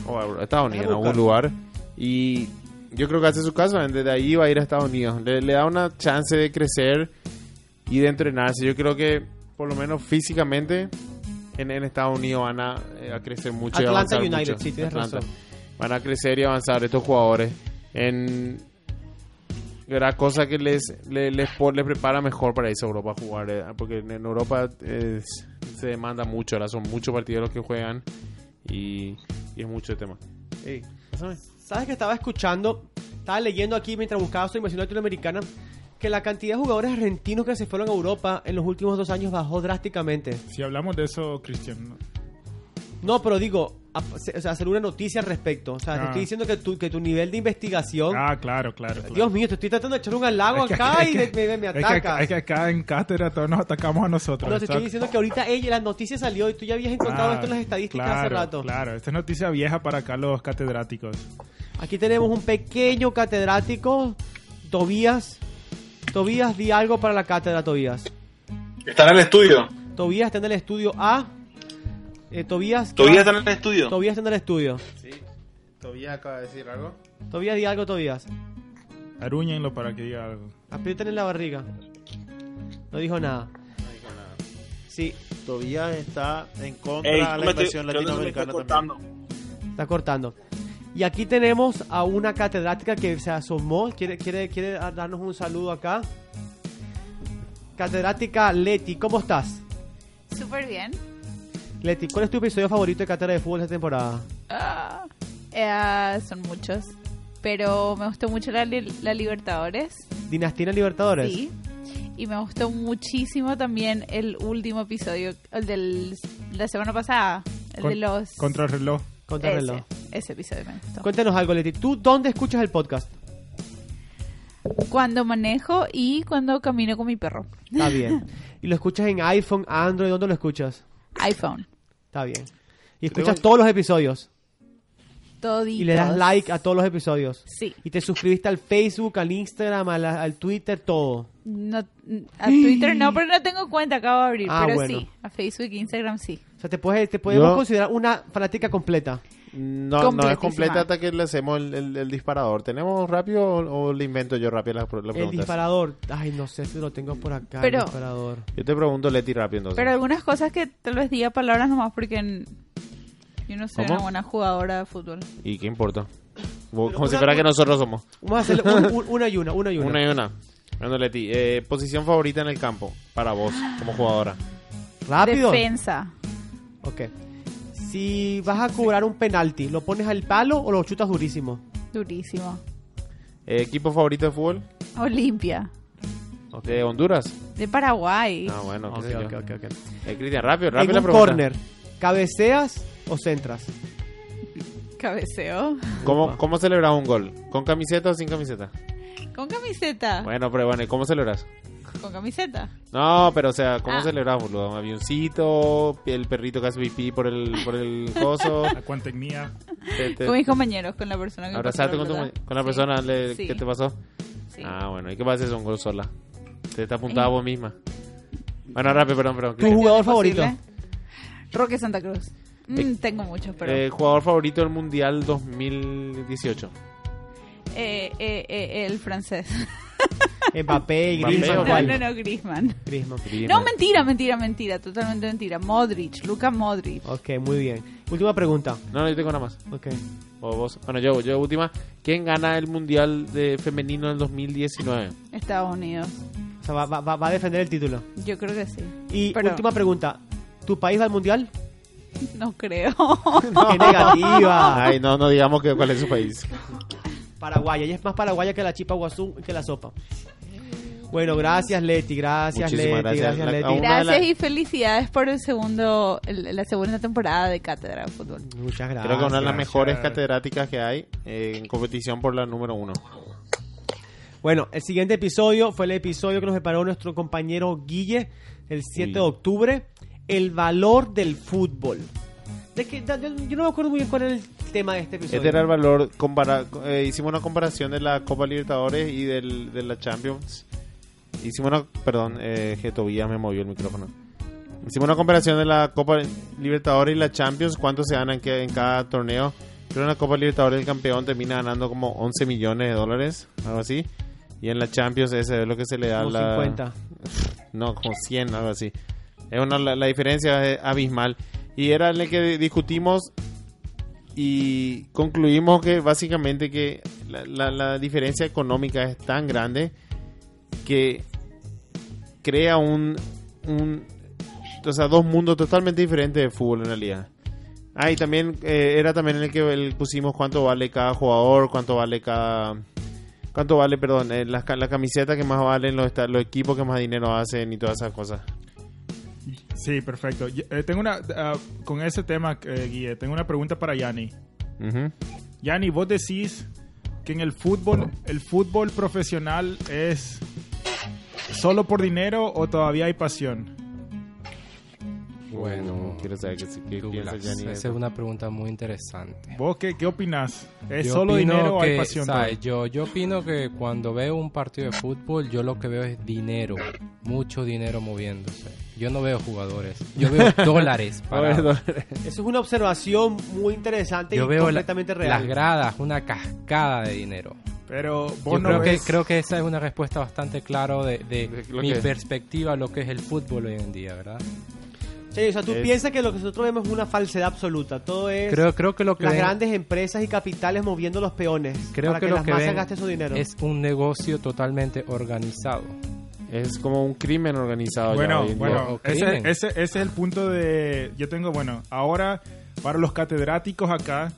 Speaker 3: O a a Estados Unidos, en
Speaker 1: Voy a buscar.
Speaker 3: algún lugar. Y yo creo que hace su caso. Desde ahí va a ir a Estados Unidos. Le, le da una chance de crecer y de entrenarse. Yo creo que, por lo menos físicamente, en, en Estados Unidos van a, eh, a crecer mucho. y
Speaker 1: Atlanta
Speaker 3: avanzar
Speaker 1: United,
Speaker 3: mucho.
Speaker 1: sí, tienes
Speaker 3: Atlanta.
Speaker 1: razón.
Speaker 3: Van a crecer y avanzar estos jugadores. En la cosa que les, le- les, po- les prepara mejor para irse a Europa a jugar. eh, porque en en Europa eh, se demanda mucho. Ahora son muchos partidos los que juegan. Y, y es mucho el tema. Ey, pásame.
Speaker 1: ¿Sabes que estaba escuchando? Estaba leyendo aquí mientras buscaba su inversión latinoamericana que la cantidad de jugadores argentinos que se fueron a Europa en los últimos dos años bajó drásticamente.
Speaker 4: Si hablamos de eso, Cristian, ¿no?
Speaker 1: No, pero digo, ap- se- o sea, hacer una noticia al respecto. O sea, te
Speaker 4: Ah.
Speaker 1: estoy diciendo que tu, que tu nivel de investigación...
Speaker 4: Ah, claro, claro. claro.
Speaker 1: Oh. Dios mío, te estoy tratando de echar un halago acá y me, me- me
Speaker 4: es que-
Speaker 1: atacas.
Speaker 4: Es que, acá en cátedra todos nos atacamos a nosotros.
Speaker 1: No, te estoy
Speaker 4: Está-
Speaker 1: diciendo que ahorita ella, la noticia salió y tú ya habías encontrado
Speaker 4: Ah,
Speaker 1: esto en las estadísticas hace
Speaker 4: claro,
Speaker 1: rato.
Speaker 4: Claro, esta es noticia vieja para acá los catedráticos.
Speaker 1: Aquí tenemos un pequeño catedrático, Tobías. Tobías, di algo para la cátedra, Tobías.
Speaker 6: Está en el estudio.
Speaker 1: Tobías está en el estudio A. Eh, Tobías,
Speaker 6: Todavía está en el estudio.
Speaker 1: Tobías está en el estudio.
Speaker 3: Sí. ¿Tobías acaba de decir algo?
Speaker 1: Tobías, di algo, Tobías.
Speaker 4: Arúñenlo para que diga algo.
Speaker 1: Aprieten en la barriga. No dijo nada. Sí,
Speaker 7: Tobías está en contra
Speaker 6: Ey, yo
Speaker 7: de la
Speaker 6: me estoy-
Speaker 7: invasión
Speaker 6: creo que se me está
Speaker 7: latinoamericana también.
Speaker 6: cortando.
Speaker 1: está cortando. Y aquí tenemos a una catedrática que se asomó, quiere, quiere, quiere darnos un saludo acá. Catedrática Leti, ¿cómo estás?
Speaker 8: Súper bien.
Speaker 1: Leti, ¿cuál es tu episodio favorito de Cátedra de Fútbol esta temporada?
Speaker 8: Ah, eh, son muchos. Pero me gustó mucho la, li- la Libertadores.
Speaker 1: ¿Dinastía en Libertadores?
Speaker 8: Sí. Y me gustó muchísimo también el último episodio, el de la semana pasada. El de
Speaker 4: Con-
Speaker 8: los.
Speaker 4: Contrarreloj.
Speaker 8: ese,
Speaker 1: Contrarreloj.
Speaker 8: ese episodio me gustó.
Speaker 1: Cuéntanos algo, Leti. ¿Tú dónde escuchas el podcast?
Speaker 8: Cuando manejo y cuando camino con mi perro.
Speaker 1: Está bien. ¿Y lo escuchas en iPhone, Android? ¿Dónde lo escuchas?
Speaker 8: iPhone.
Speaker 1: Está bien. Y escuchas todos los episodios.
Speaker 8: Toditos.
Speaker 1: Y le das like a todos los episodios.
Speaker 8: Sí.
Speaker 1: Y te suscribiste al Facebook, al Instagram, al, al Twitter, todo.
Speaker 8: No, a Twitter no, pero no tengo cuenta, acabo de abrir.
Speaker 1: Ah,
Speaker 8: pero
Speaker 1: bueno.
Speaker 8: sí, a Facebook e Instagram sí.
Speaker 1: O sea, te, puedes, te podemos
Speaker 3: Yo-
Speaker 1: considerar una fanática completa.
Speaker 3: No, no es
Speaker 8: Completísima.
Speaker 3: completa hasta que le hacemos el, el- el disparador. ¿Tenemos rápido o, o le invento yo rápido las, las
Speaker 1: El
Speaker 3: preguntas?
Speaker 1: disparador. Ay, no sé si lo tengo por acá. el
Speaker 8: Pero-
Speaker 1: disparador.
Speaker 3: Yo te pregunto, Leti, rápido entonces.
Speaker 8: Pero algunas cosas que tal vez diga palabras nomás porque n- yo no soy
Speaker 3: ¿Cómo?
Speaker 8: una buena jugadora de fútbol.
Speaker 3: ¿Y qué importa? Como
Speaker 1: Pero
Speaker 3: como si
Speaker 1: una-
Speaker 3: fuera que nosotros somos.
Speaker 1: Vamos a hacerle un- un- una y una, una y una.
Speaker 3: Una y una. Bueno, Leti, eh, posición favorita en el campo para vos como jugadora. Ah,
Speaker 1: Rápido.
Speaker 8: Defensa.
Speaker 1: Ok. Si vas a cobrar un penalti, ¿lo pones al palo o lo chutas durísimo?
Speaker 8: Durísimo.
Speaker 3: Eh, ¿Equipo favorito de fútbol?
Speaker 8: Olimpia.
Speaker 3: ¿De Honduras?
Speaker 8: De Paraguay.
Speaker 3: Ah, bueno, qué
Speaker 1: Ok,
Speaker 3: sé yo.
Speaker 1: ok, ok, ok.
Speaker 3: Eh, Cristian, rápido,
Speaker 1: En
Speaker 3: rápido la
Speaker 1: un
Speaker 3: pregunta.
Speaker 1: corner, ¿cabeceas o centras?
Speaker 8: Cabeceo.
Speaker 3: ¿Cómo, ¿Cómo celebras un gol? ¿Con camiseta o sin camiseta?
Speaker 8: Con camiseta.
Speaker 1: Ah.
Speaker 3: Bueno, pero bueno, ¿y ¿cómo celebras?
Speaker 8: Con camiseta.
Speaker 3: No, pero o sea, ¿cómo
Speaker 8: Ah.
Speaker 3: celebras, boludo? ¿Un avioncito? ¿El perrito que hace pipí por el, por el coso?
Speaker 4: La cuantecnia.
Speaker 3: Te- te-
Speaker 8: Con mis compañeros, con la persona que me pasó
Speaker 3: ¿Abrazaste
Speaker 8: la
Speaker 3: con, tu-
Speaker 8: pelota.
Speaker 3: con la
Speaker 8: Sí.
Speaker 3: persona le-
Speaker 8: Sí,
Speaker 3: que te pasó?
Speaker 8: sí.
Speaker 3: Ah, bueno, ¿y qué pasa si es un gol sola? Te está apuntada a vos misma. Bueno, rápido, perdón, perdón.
Speaker 1: ¿Tu
Speaker 3: Cristian.
Speaker 1: jugador
Speaker 8: Posible.
Speaker 1: favorito?
Speaker 8: Roque Santa Cruz. Mm,
Speaker 3: Eh,
Speaker 8: tengo muchos, pero...
Speaker 3: Eh, jugador favorito del Mundial 2018.
Speaker 8: Eh, eh, eh, el francés.
Speaker 1: Mbappé,
Speaker 3: Mbappé,
Speaker 1: Griezmann,
Speaker 3: ok.
Speaker 8: No,
Speaker 1: ¿cuál?
Speaker 8: no, no, Griezmann.
Speaker 1: Griezmann.
Speaker 8: No, mentira, mentira, mentira. Totalmente mentira. Modric, Luka Modric.
Speaker 1: Ok, muy bien. Última pregunta.
Speaker 3: No, no, yo tengo nada más.
Speaker 1: Ok.
Speaker 3: O vos. Bueno, yo, yo última. ¿Quién gana el Mundial de femenino del 2019?
Speaker 8: Estados Unidos.
Speaker 1: O sea, va, va- va- va a defender el título.
Speaker 8: Yo creo que sí.
Speaker 1: Y
Speaker 8: Pero-
Speaker 1: última pregunta. ¿Tu país va al mundial?
Speaker 8: No creo.
Speaker 1: ¡Qué negativa!
Speaker 3: Ay, no, no digamos que cuál es su país.
Speaker 1: Paraguay. Ella es más paraguaya que la chipa guazú y que la sopa. Bueno, gracias Leti, gracias
Speaker 3: Muchísimas
Speaker 1: Leti,
Speaker 3: gracias.
Speaker 1: gracias
Speaker 3: La-
Speaker 1: Leti.
Speaker 3: aún Una de
Speaker 8: Gracias
Speaker 3: la-
Speaker 8: y felicidades por el segundo, el- la segunda temporada de Cátedra de Fútbol.
Speaker 1: Muchas gracias.
Speaker 3: Creo que una de las
Speaker 4: gracias.
Speaker 3: mejores catedráticas que hay eh, en competición por la número uno.
Speaker 1: Bueno, el siguiente episodio fue el episodio que nos preparó nuestro compañero Guille el 7 de
Speaker 3: Uy.
Speaker 1: octubre, El valor del fútbol. De que, da- yo yo no me acuerdo muy bien cuál era el tema de este episodio.
Speaker 3: Este era el valor. compara- eh, hicimos una comparación de la Copa Libertadores y del, de la Champions. Hicimos una. Perdón, eh, que Tobías me movió el micrófono. Hicimos una comparación de la Copa Libertadores y la Champions. ¿Cuánto se ganan en, que- en cada torneo? Creo que en la Copa Libertadores el campeón termina ganando como 11 millones de dólares, algo así. Y en la Champions ese es lo que se le da
Speaker 1: Como
Speaker 3: la.
Speaker 1: 50.
Speaker 3: No, como 100, algo así. Es una, la, la diferencia es abismal. Y era el que discutimos y concluimos que básicamente que la, la- la diferencia económica es tan grande que crea un, un- o sea, dos mundos totalmente diferentes de fútbol en realidad. Ah, y también eh, era también el que el- pusimos cuánto vale cada jugador, cuánto vale cada cuánto vale, perdón, eh, las ca- la, camiseta que más valen, los, esta- los equipos que más dinero hacen y todas esas cosas.
Speaker 4: Sí, perfecto. Y- eh, tengo una, ah, con ese tema, eh, Guille, tengo una pregunta para Yanni.
Speaker 3: Ujú.
Speaker 4: Yanni, vos decís que en el fútbol, el fútbol profesional es solo por dinero o todavía hay pasión.
Speaker 2: Bueno,
Speaker 3: Uh, quiero saber qué, qué piensa
Speaker 2: Douglas,
Speaker 3: Gianni de
Speaker 2: esa
Speaker 3: eso.
Speaker 2: es una pregunta muy interesante.
Speaker 4: ¿Vos qué, qué opinás? ¿Es
Speaker 2: Yo
Speaker 4: solo
Speaker 2: opino
Speaker 4: dinero o hay
Speaker 2: que,
Speaker 4: pasión?
Speaker 2: ¿sabes?
Speaker 4: bro?
Speaker 2: Yo, yo opino que cuando veo un partido de fútbol, yo lo que veo es dinero, mucho dinero moviéndose. Yo no veo jugadores, yo veo dólares. parados.
Speaker 1: Eso es una observación muy interesante
Speaker 2: yo
Speaker 1: y
Speaker 2: veo la-
Speaker 1: completamente
Speaker 2: las
Speaker 1: real.
Speaker 2: gradas, una cascada de dinero.
Speaker 4: Pero vos
Speaker 2: Yo
Speaker 4: no
Speaker 2: creo, que,
Speaker 4: ves-
Speaker 2: creo que esa es una respuesta bastante clara de, de
Speaker 3: De lo
Speaker 2: mi
Speaker 3: que es.
Speaker 2: perspectiva a lo que es el fútbol hoy en día, ¿verdad?
Speaker 1: Sí, o sea, tú
Speaker 3: Es-
Speaker 1: piensas que lo que nosotros vemos es una falsedad absoluta. Todo es
Speaker 2: Creo, creo que lo que
Speaker 1: las
Speaker 2: ven-
Speaker 1: grandes empresas y capitales moviendo los peones
Speaker 2: creo
Speaker 1: para que,
Speaker 2: lo
Speaker 1: las
Speaker 2: que
Speaker 1: masas
Speaker 2: ven
Speaker 1: gasten su dinero.
Speaker 2: es un negocio totalmente organizado.
Speaker 3: Es como un crimen organizado. Oh, ya
Speaker 4: Bueno,
Speaker 3: hoy en día.
Speaker 4: bueno,
Speaker 2: Ok.
Speaker 4: ese, ese- ese es el punto de... Yo tengo, bueno, ahora para los catedráticos acá,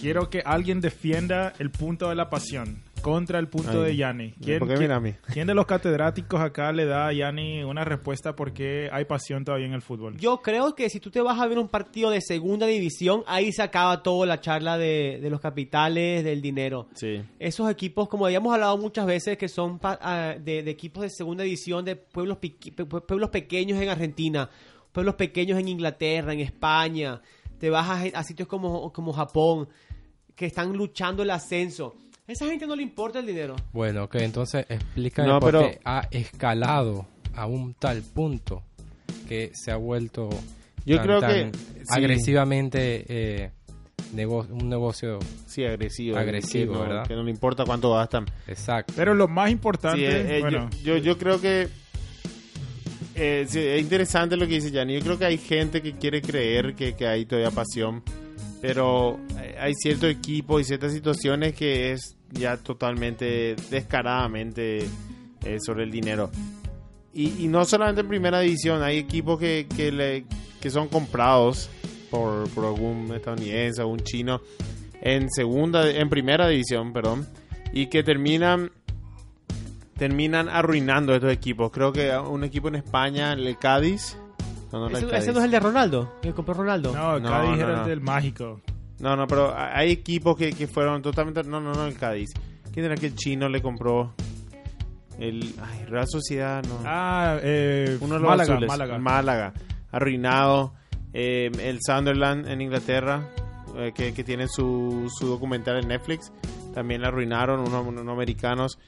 Speaker 4: quiero que alguien defienda el punto de la pasión contra el punto
Speaker 3: Ay,
Speaker 4: de Yanni.
Speaker 3: ¿por qué mira a mí?
Speaker 4: quién de los catedráticos acá le da a Yanni una respuesta por qué hay pasión todavía en el fútbol?
Speaker 1: Yo creo que si tú te vas a ver un partido de segunda división, ahí se acaba toda la charla de, de los capitales, del dinero.
Speaker 3: Sí.
Speaker 1: Esos equipos, como habíamos hablado muchas veces, que son pa- ah, de, de equipos de segunda división de pueblos, piqui- pe- pueblos pequeños en Argentina, pueblos pequeños en Inglaterra, en España, te vas a, a sitios como, como Japón, que están luchando el ascenso. A esa gente no le importa el dinero.
Speaker 2: Bueno, ok, entonces explícame
Speaker 3: No,
Speaker 2: por
Speaker 3: pero-
Speaker 2: qué ha escalado a un tal punto que se ha vuelto
Speaker 3: Yo
Speaker 2: tan-
Speaker 3: creo
Speaker 2: tan
Speaker 3: que- sí.
Speaker 2: agresivamente eh, nego- un negocio
Speaker 3: Sí, agresivo. eh,
Speaker 2: Agresivo,
Speaker 3: que no,
Speaker 2: ¿verdad?
Speaker 3: Que no le importa cuánto gastan.
Speaker 2: exacto.
Speaker 4: Pero lo más
Speaker 3: Sí,
Speaker 4: importante,
Speaker 3: eh, eh,
Speaker 4: bueno,
Speaker 3: yo, yo, yo creo que eh, sí, es interesante lo que dice Gianni. Yo creo que hay gente que quiere creer que, que hay todavía pasión, pero hay- hay cierto equipo y ciertas situaciones que es ya totalmente, descaradamente eh, sobre el dinero. Y, y no solamente en primera división, hay equipos que, que, le- que son comprados por, por algún estadounidense, algún chino, en segunda, en primera división, perdón, y que terminan terminan arruinando estos equipos. Creo que un equipo en España, el Cádiz. No, no, no,
Speaker 1: Ese,
Speaker 3: el
Speaker 1: ese
Speaker 3: Cádiz.
Speaker 1: no es el de Ronaldo, que compró Ronaldo.
Speaker 4: no,
Speaker 3: no,
Speaker 4: Cádiz
Speaker 3: no,
Speaker 4: era
Speaker 3: no.
Speaker 4: el del mágico.
Speaker 3: No, no, pero ha- hay equipos que, que fueron totalmente. No, no, no, el Cádiz. ¿Quién era que el chino le compró? El. Ay, Real Sociedad, no.
Speaker 4: Ah, eh,
Speaker 3: Uno de los
Speaker 4: Málaga,
Speaker 3: azules.
Speaker 4: Málaga.
Speaker 3: Arruinado. Eh, el Sunderland en Inglaterra, eh, que, que tiene su, su documental en Netflix. También la arruinaron unos, unos americanos.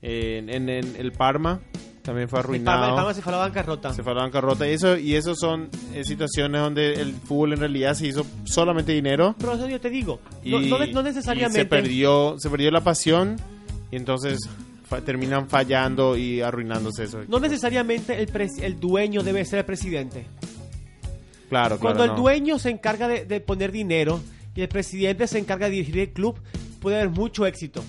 Speaker 3: Eh, en, en- en el Parma también fue
Speaker 1: el,
Speaker 3: arruinado.
Speaker 1: Parma, el Parma se fue a la bancarrota.
Speaker 3: Se fue a la bancarrota. Y eso, y eso son eh, situaciones donde el fútbol en realidad se hizo solamente dinero.
Speaker 1: Pero eso yo te digo,
Speaker 3: Y,
Speaker 1: no, no, ne- no
Speaker 3: y
Speaker 1: necesariamente.
Speaker 3: se perdió, se perdió la pasión. Y entonces fa- terminan fallando y arruinándose eso.
Speaker 1: No necesariamente el, pres- el dueño debe ser el presidente.
Speaker 3: claro, claro.
Speaker 1: Cuando el
Speaker 3: no.
Speaker 1: dueño se encarga de, de poner dinero y el presidente se encarga de dirigir el club, puede haber mucho éxito.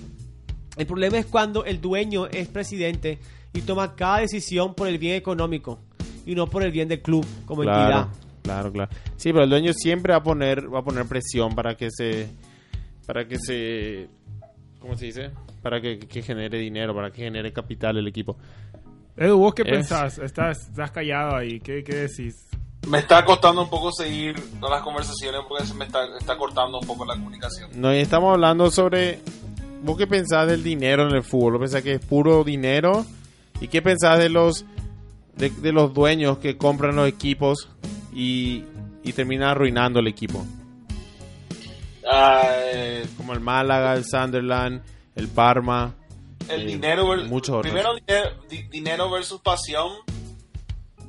Speaker 1: El problema es cuando el dueño es presidente y toma cada decisión por el bien económico y no por el bien del club como
Speaker 3: Claro,
Speaker 1: entidad.
Speaker 3: claro, claro. Sí, pero el dueño siempre va a poner, va a poner presión para que se, para que se, ¿Cómo se dice? Para que, que genere dinero, para que genere capital el equipo.
Speaker 4: Edu, ¿vos qué
Speaker 3: Es-
Speaker 4: pensás? Estás, estás callado ahí. ¿Qué, qué decís?
Speaker 6: Me está costando un poco seguir las conversaciones porque se me está, está cortando un poco la comunicación.
Speaker 3: No, y estamos hablando sobre. ¿Vos qué pensás del dinero en el fútbol? ¿Vos pensás que es puro dinero? ¿Y qué pensás de los de, de los dueños que compran los equipos y, y terminan arruinando el equipo?
Speaker 6: Ah, eh,
Speaker 3: Como el Málaga, el Sunderland, el Parma.
Speaker 6: el
Speaker 3: Eh,
Speaker 6: dinero ver-
Speaker 3: muchos otros.
Speaker 6: primero dinero, di- dinero versus pasión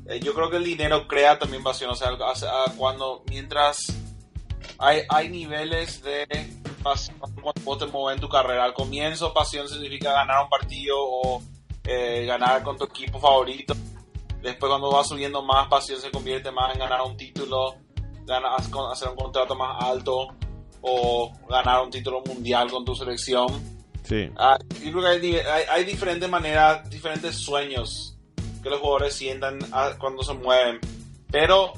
Speaker 6: Eh, yo creo que el dinero crea también pasión o sea hace- ah, cuando mientras hay, hay niveles de pasión cuando vos te mueves en tu carrera al comienzo pasión significa ganar un partido o eh, ganar con tu equipo favorito después cuando vas subiendo más pasión se convierte más en ganar un título ganar, hacer un contrato más alto o ganar un título mundial con tu selección
Speaker 3: Sí.
Speaker 6: Ah, yo creo que hay, di- hay- hay diferentes maneras, diferentes sueños que los jugadores sientan ah, cuando se mueven. Pero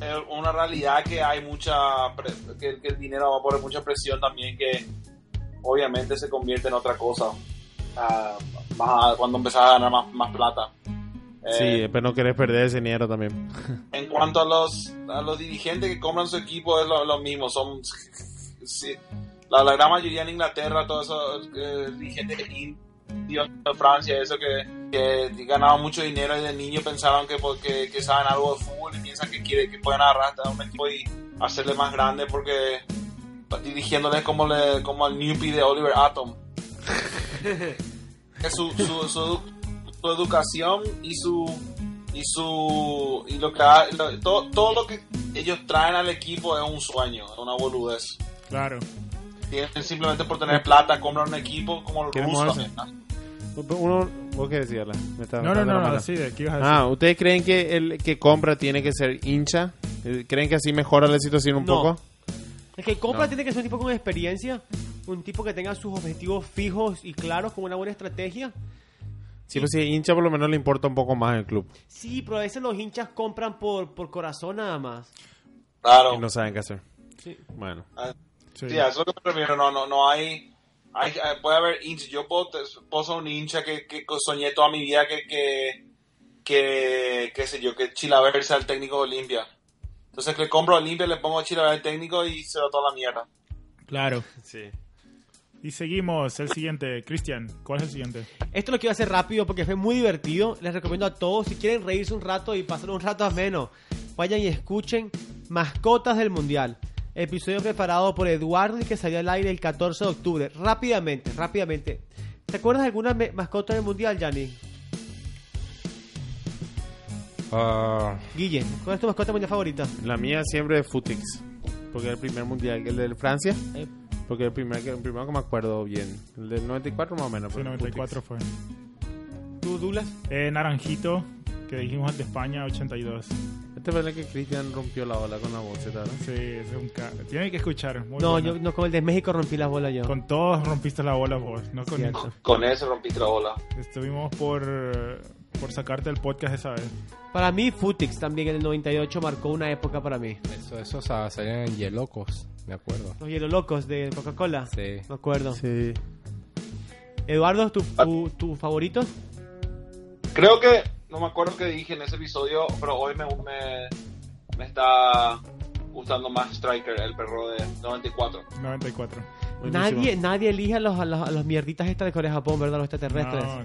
Speaker 6: eh, una realidad que hay mucha. pre- Que, que el dinero va a poner mucha presión también, que obviamente se convierte en otra cosa. Ah, más a- cuando empezás a ganar más, más plata. Eh,
Speaker 3: Sí, pero no querés perder ese dinero también.
Speaker 6: en cuanto a los, a los dirigentes que compran su equipo, es lo, lo mismo. Son, sí, la, la gran mayoría en Inglaterra, todos esos eh, dirigentes de India, de Francia, eso que, que ganaban mucho dinero y de niño pensaban que, porque, que saben algo de fútbol y piensan que, quiere, que pueden arrastrar a un equipo y hacerle más grande porque dirigiéndoles como, le, como al newbie de Oliver Atom. Que su, su, su, su educación y su y su y lo que ha- lo- todo, todo lo que ellos traen al equipo es un sueño, es una boludez.
Speaker 4: Claro.
Speaker 6: Tienen simplemente por tener plata compran un equipo como el
Speaker 3: Qué
Speaker 6: ruso
Speaker 3: hermoso.
Speaker 6: también, ¿no?
Speaker 3: Uno, ¿Vos qué decías? Ala? Me está- me
Speaker 4: No,
Speaker 3: está dando
Speaker 4: no, no,
Speaker 3: la mano.
Speaker 4: no, sí, aquí vas a decir.
Speaker 3: Ah, ¿ustedes creen que el que compra tiene que ser hincha? Eh, ¿Creen que así mejora la situación un
Speaker 1: No.
Speaker 3: poco?
Speaker 1: El que compra tiene que ser un tipo con experiencia, un tipo que tenga sus objetivos fijos y claros, con una buena estrategia.
Speaker 3: Sí, pues si es hincha por lo menos le importa un poco más el club.
Speaker 1: Sí, pero a veces los hinchas compran por, por corazón nada más.
Speaker 6: Claro. Ah,
Speaker 3: Y no saben qué hacer.
Speaker 1: Sí.
Speaker 3: Bueno.
Speaker 4: Sí.
Speaker 6: Sí, a eso es lo que me refiero, no, no, no hay, hay- eh, puede haber hinchas, yo puedo, te- puedo ser un hincha que, que soñé toda mi vida que, que, que, qué sé yo, que Chilaver sea el técnico de Olimpia. Entonces le compro a Olimpia, le pongo a Chilaver el técnico y se va toda la mierda.
Speaker 4: Claro.
Speaker 3: Sí.
Speaker 4: Y seguimos. El siguiente. Cristian, ¿cuál es el siguiente?
Speaker 1: Esto lo quiero hacer rápido porque fue muy divertido. Les recomiendo a todos, si quieren reírse un rato y pasar un rato ameno, vayan y escuchen Mascotas del Mundial. Episodio preparado por Eduardo y que salió al aire el 14 de octubre. Rápidamente, rápidamente. ¿Te acuerdas de alguna me- mascota del Mundial, Yanni?
Speaker 2: Ah,
Speaker 1: Guille, ¿cuál es tu mascota mundial favorita?
Speaker 3: La mía siempre es Futix. Porque es el primer mundial, el de Francia.
Speaker 1: Eh.
Speaker 3: Porque el primer que, el primero que me acuerdo bien. El del 94 más o menos.
Speaker 4: Sí,
Speaker 3: pero
Speaker 4: 94 fue.
Speaker 1: ¿Tú, Douglas?
Speaker 4: Eh, Naranjito, que dijimos el de España, 82. Sí,
Speaker 3: Futix. Este fue el que Cristian rompió la ola con la bolseta. ¿no?
Speaker 4: es un ca- Tiene que escuchar. muy
Speaker 1: no,
Speaker 4: bueno.
Speaker 1: yo no, con el de México rompí las bolas yo.
Speaker 4: Con todos rompiste la bola vos, no con
Speaker 1: Cierto.
Speaker 6: Con eso rompí la bola.
Speaker 4: Estuvimos por, por sacarte el podcast esa vez.
Speaker 1: Para mí, Futix también en el 98 marcó una época para mí.
Speaker 2: eso, eso sa- salían en Yelocos, me acuerdo.
Speaker 1: Los hielo locos de Coca-Cola.
Speaker 2: Sí.
Speaker 1: Me acuerdo.
Speaker 3: Sí.
Speaker 1: Eduardo, ¿tu, tu, tu favorito?
Speaker 6: Creo que, no me acuerdo qué dije en ese episodio, pero hoy me, me, me está gustando más Striker, el perro de 94.
Speaker 4: 94.
Speaker 3: Buenísimo.
Speaker 1: Nadie, nadie elige a los, a, los, a los mierditas estas de Corea y Japón, ¿verdad? Los extraterrestres.
Speaker 4: No, no, no.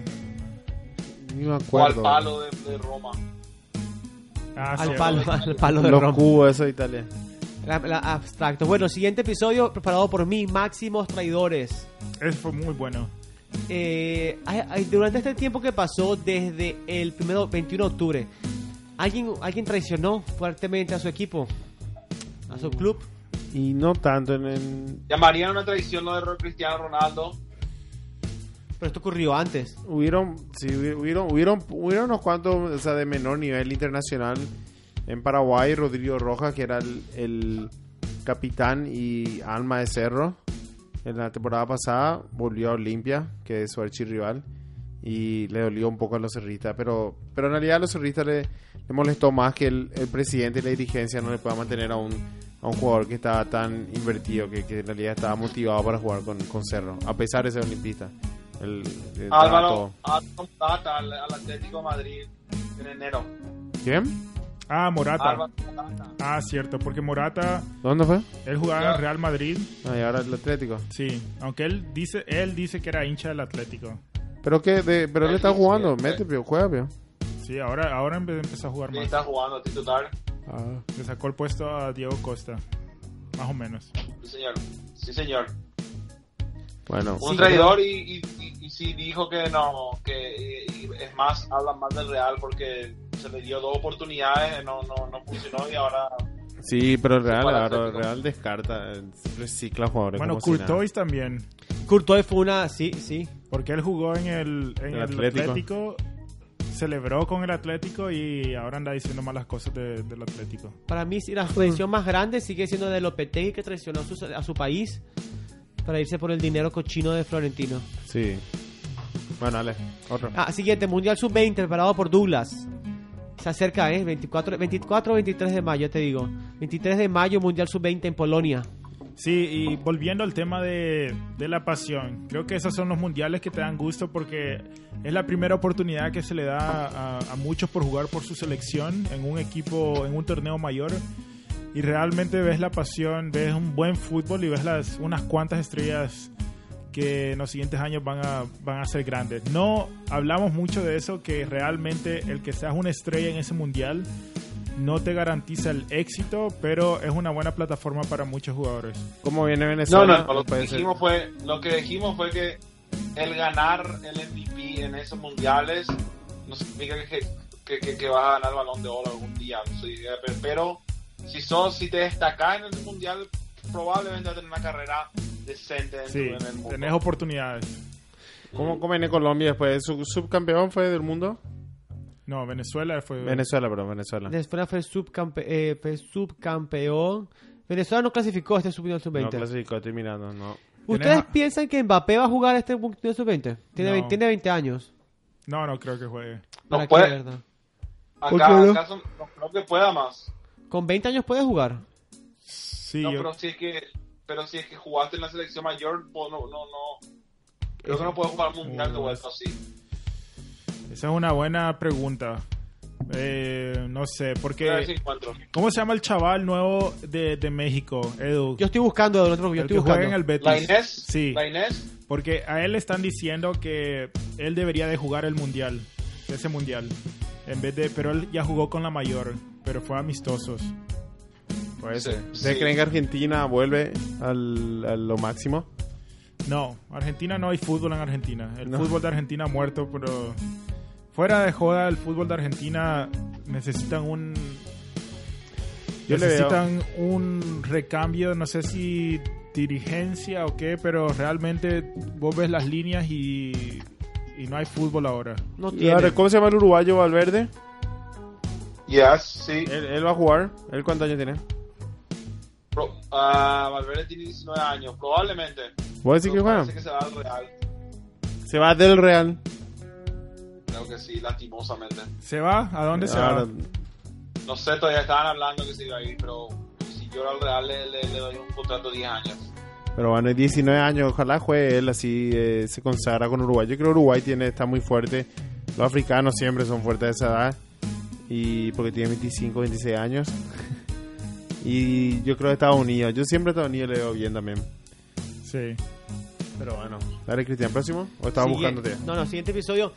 Speaker 3: Ni me
Speaker 6: O al
Speaker 3: acuerdo.
Speaker 6: palo de, de Roma.
Speaker 4: Ah,
Speaker 1: al,
Speaker 4: cierto.
Speaker 1: palo, al palo de
Speaker 3: Los
Speaker 1: Roma.
Speaker 3: cubos, eso de Italia.
Speaker 1: La- la- abstracto. Bueno, siguiente episodio preparado por mí, Máximos Traidores.
Speaker 4: Ese fue muy bueno.
Speaker 1: Eh, hay- hay- durante este tiempo que pasó desde el primero 21 de octubre, ¿alguien, alguien traicionó fuertemente a su equipo, a su club.
Speaker 3: Y no tanto en. en-
Speaker 6: Llamarían una traición lo de Cristiano Ronaldo.
Speaker 1: Pero esto ocurrió antes.
Speaker 3: Hubieron, sí, hubieron, hubieron, hubieron unos cuantos, o sea, de menor nivel internacional en Paraguay, Rodrigo Rojas, que era el, el capitán y alma de Cerro. En la temporada pasada volvió a Olimpia, que es su archirrival, y le dolió un poco a los cerristas, pero, pero en realidad a los cerristas le, le molestó más que el, el presidente y la dirigencia no le pueda mantener a un a un jugador que estaba tan invertido, que, que en realidad estaba motivado para jugar con, con Cerro, a pesar de ser olimpista. El, el-
Speaker 6: Álvaro,
Speaker 3: todo.
Speaker 6: Álvaro Plata al, al Atlético de Madrid en enero.
Speaker 3: ¿Quién?
Speaker 4: Ah, Morata.
Speaker 6: Álvaro Plata.
Speaker 4: Ah, cierto, porque Morata,
Speaker 3: ¿Dónde fue?
Speaker 4: él jugaba en el Real Madrid.
Speaker 3: Ah, y ahora el Atlético.
Speaker 4: Sí, aunque él dice, él dice que era hincha del Atlético.
Speaker 3: Pero que de, pero él está jugando, mete, pio, juega, pio.
Speaker 4: Sí, ahora, ahora empe- empezó a jugar
Speaker 6: Sí,
Speaker 4: más.
Speaker 6: está jugando titular.
Speaker 3: Ah.
Speaker 4: Le sacó el puesto a Diego Costa. Más o menos.
Speaker 6: Sí, señor. Sí, señor.
Speaker 3: Bueno,
Speaker 6: Un traidor y, y, y, y sí dijo que no, que y- y es más, habla más del Real porque se le dio dos oportunidades, no, no, no funcionó y ahora...
Speaker 3: sí, pero el Real,
Speaker 6: Sí,
Speaker 3: ahora
Speaker 6: para
Speaker 3: el
Speaker 6: Atlético.
Speaker 3: Real descarta, eh, recicla jugadores.
Speaker 4: Bueno,
Speaker 3: como si nada.
Speaker 4: Courtois también.
Speaker 1: Courtois fue una. Sí, sí.
Speaker 4: Porque él jugó en el, en
Speaker 3: El
Speaker 4: el
Speaker 3: Atlético.
Speaker 4: Atlético. celebró con el Atlético y ahora anda diciendo malas cosas de- del Atlético.
Speaker 1: Para mí, sí, la traición más grande sigue siendo de Lopetegui, que traicionó a su, a su país para irse por el dinero cochino de Florentino.
Speaker 3: Sí. Bueno, dale, otro.
Speaker 1: Ah, siguiente, Mundial Sub-20, preparado por Douglas. Se acerca, ¿eh? 24, 24 o 23 de mayo, te digo. 23 de mayo, Mundial Sub-20 en Polonia.
Speaker 4: Sí, y volviendo al tema de, de la pasión, creo que esos son los mundiales que te dan gusto porque es la primera oportunidad que se le da a, a muchos por jugar por su selección en un equipo, en un torneo mayor. Y realmente ves la pasión, ves un buen fútbol y ves las, unas cuantas estrellas que en los siguientes años van a, van a ser grandes. No hablamos mucho de eso, que realmente el que seas una estrella en ese mundial no te garantiza el éxito, pero es una buena plataforma para muchos jugadores.
Speaker 3: ¿Cómo viene
Speaker 6: No,
Speaker 3: Venezuela?
Speaker 6: no, no, lo que
Speaker 3: Puede ser.
Speaker 6: dijimos fue, lo que dijimos fue que el ganar el MVP en esos mundiales no significa que, que, que, que vas a ganar el balón de oro algún día. no sé, pero- pero si sos, si te destacas en el mundial, probablemente vas a tener una carrera decente en,
Speaker 4: Sí,
Speaker 6: tu- en el mundo.
Speaker 4: tenés oportunidades.
Speaker 3: ¿Cómo, cómo viene Colombia después? ¿Su subcampeón fue del mundo?
Speaker 4: No, Venezuela fue...
Speaker 3: Venezuela, pero Venezuela.
Speaker 1: Venezuela fue, subcampe- eh, fue subcampeón. Venezuela no clasificó a este Mundial
Speaker 3: No
Speaker 1: Sub-20.
Speaker 3: clasificó, estoy mirando, no.
Speaker 1: ¿Ustedes
Speaker 4: Tenés-
Speaker 1: piensan que Mbappé va a jugar este Mundial Sub-20? Tiene,
Speaker 4: No.
Speaker 1: 20, tiene 20 años.
Speaker 4: No, no creo que juegue.
Speaker 6: No
Speaker 1: ¿Para qué,
Speaker 6: puede.
Speaker 1: verdad?
Speaker 6: Acá, acá son- no creo que pueda más.
Speaker 1: Con 20 años puede jugar.
Speaker 4: Sí,
Speaker 6: no,
Speaker 4: yo-
Speaker 6: pero si es que, pero si es que jugaste en la selección mayor, vos no, no, no. Creo que no puedes jugar mundial de vuelta así.
Speaker 4: esa es una buena pregunta. Eh, no sé,
Speaker 6: Voy a ver si
Speaker 4: porque...
Speaker 6: encuentro.
Speaker 4: ¿Cómo se llama el chaval nuevo de, de México, Edu?
Speaker 1: Yo estoy buscando, Don Antonio, yo
Speaker 4: el
Speaker 1: estoy
Speaker 4: que juega en
Speaker 1: buscando.
Speaker 4: el Betis.
Speaker 6: La Inés,
Speaker 4: Sí,
Speaker 6: la Inés,
Speaker 4: porque a él le están diciendo que él debería de jugar el Mundial, ese Mundial. En vez de... Pero él ya jugó con la mayor, pero fue amistosos.
Speaker 3: Puede
Speaker 6: Sí,
Speaker 3: ser. Pues, ¿Ustedes
Speaker 6: sí.
Speaker 3: creen que Argentina vuelve al, a lo máximo?
Speaker 4: No, Argentina no hay fútbol en Argentina. El
Speaker 3: No.
Speaker 4: fútbol de Argentina ha muerto, pero fuera de joda, el fútbol de Argentina necesitan un
Speaker 3: Yo le veo-
Speaker 4: necesitan un recambio, no sé si dirigencia o qué, pero realmente vos ves las líneas y, y no hay fútbol ahora.
Speaker 1: No
Speaker 3: Y ahora,
Speaker 1: tiene.
Speaker 3: ¿Cómo se llama el uruguayo Valverde?
Speaker 6: yes, sí.
Speaker 3: Él, él va a jugar. ¿Él cuántos años tiene?
Speaker 6: Pro- ah, Valverde tiene 19 años, probablemente.
Speaker 3: ¿Vos decís Pues que
Speaker 6: Pero
Speaker 3: juega?
Speaker 6: parece que se va al Real.
Speaker 3: Se va del Real.
Speaker 6: Creo que sí, lastimosamente.
Speaker 4: ¿Se va? ¿A dónde se
Speaker 3: Ahora,
Speaker 4: va?
Speaker 6: No sé, todavía estaban hablando que se iba a ir, pero si yo al Real le, le- le doy un contrato de 10 años.
Speaker 3: Pero bueno, es 19 años, ojalá juegue él así, eh, se consagra con Uruguay. Yo creo que Uruguay tiene, está muy fuerte. Los africanos siempre son fuertes de esa edad. Y porque tiene 25, 26 años. y yo creo que Estados Unidos. Yo siempre a Estados Unidos le veo bien también.
Speaker 4: Sí.
Speaker 3: Pero bueno. Dale, Cristian, próximo. ¿O estabas
Speaker 1: Sigue-
Speaker 3: buscándote?
Speaker 1: No, no, siguiente episodio.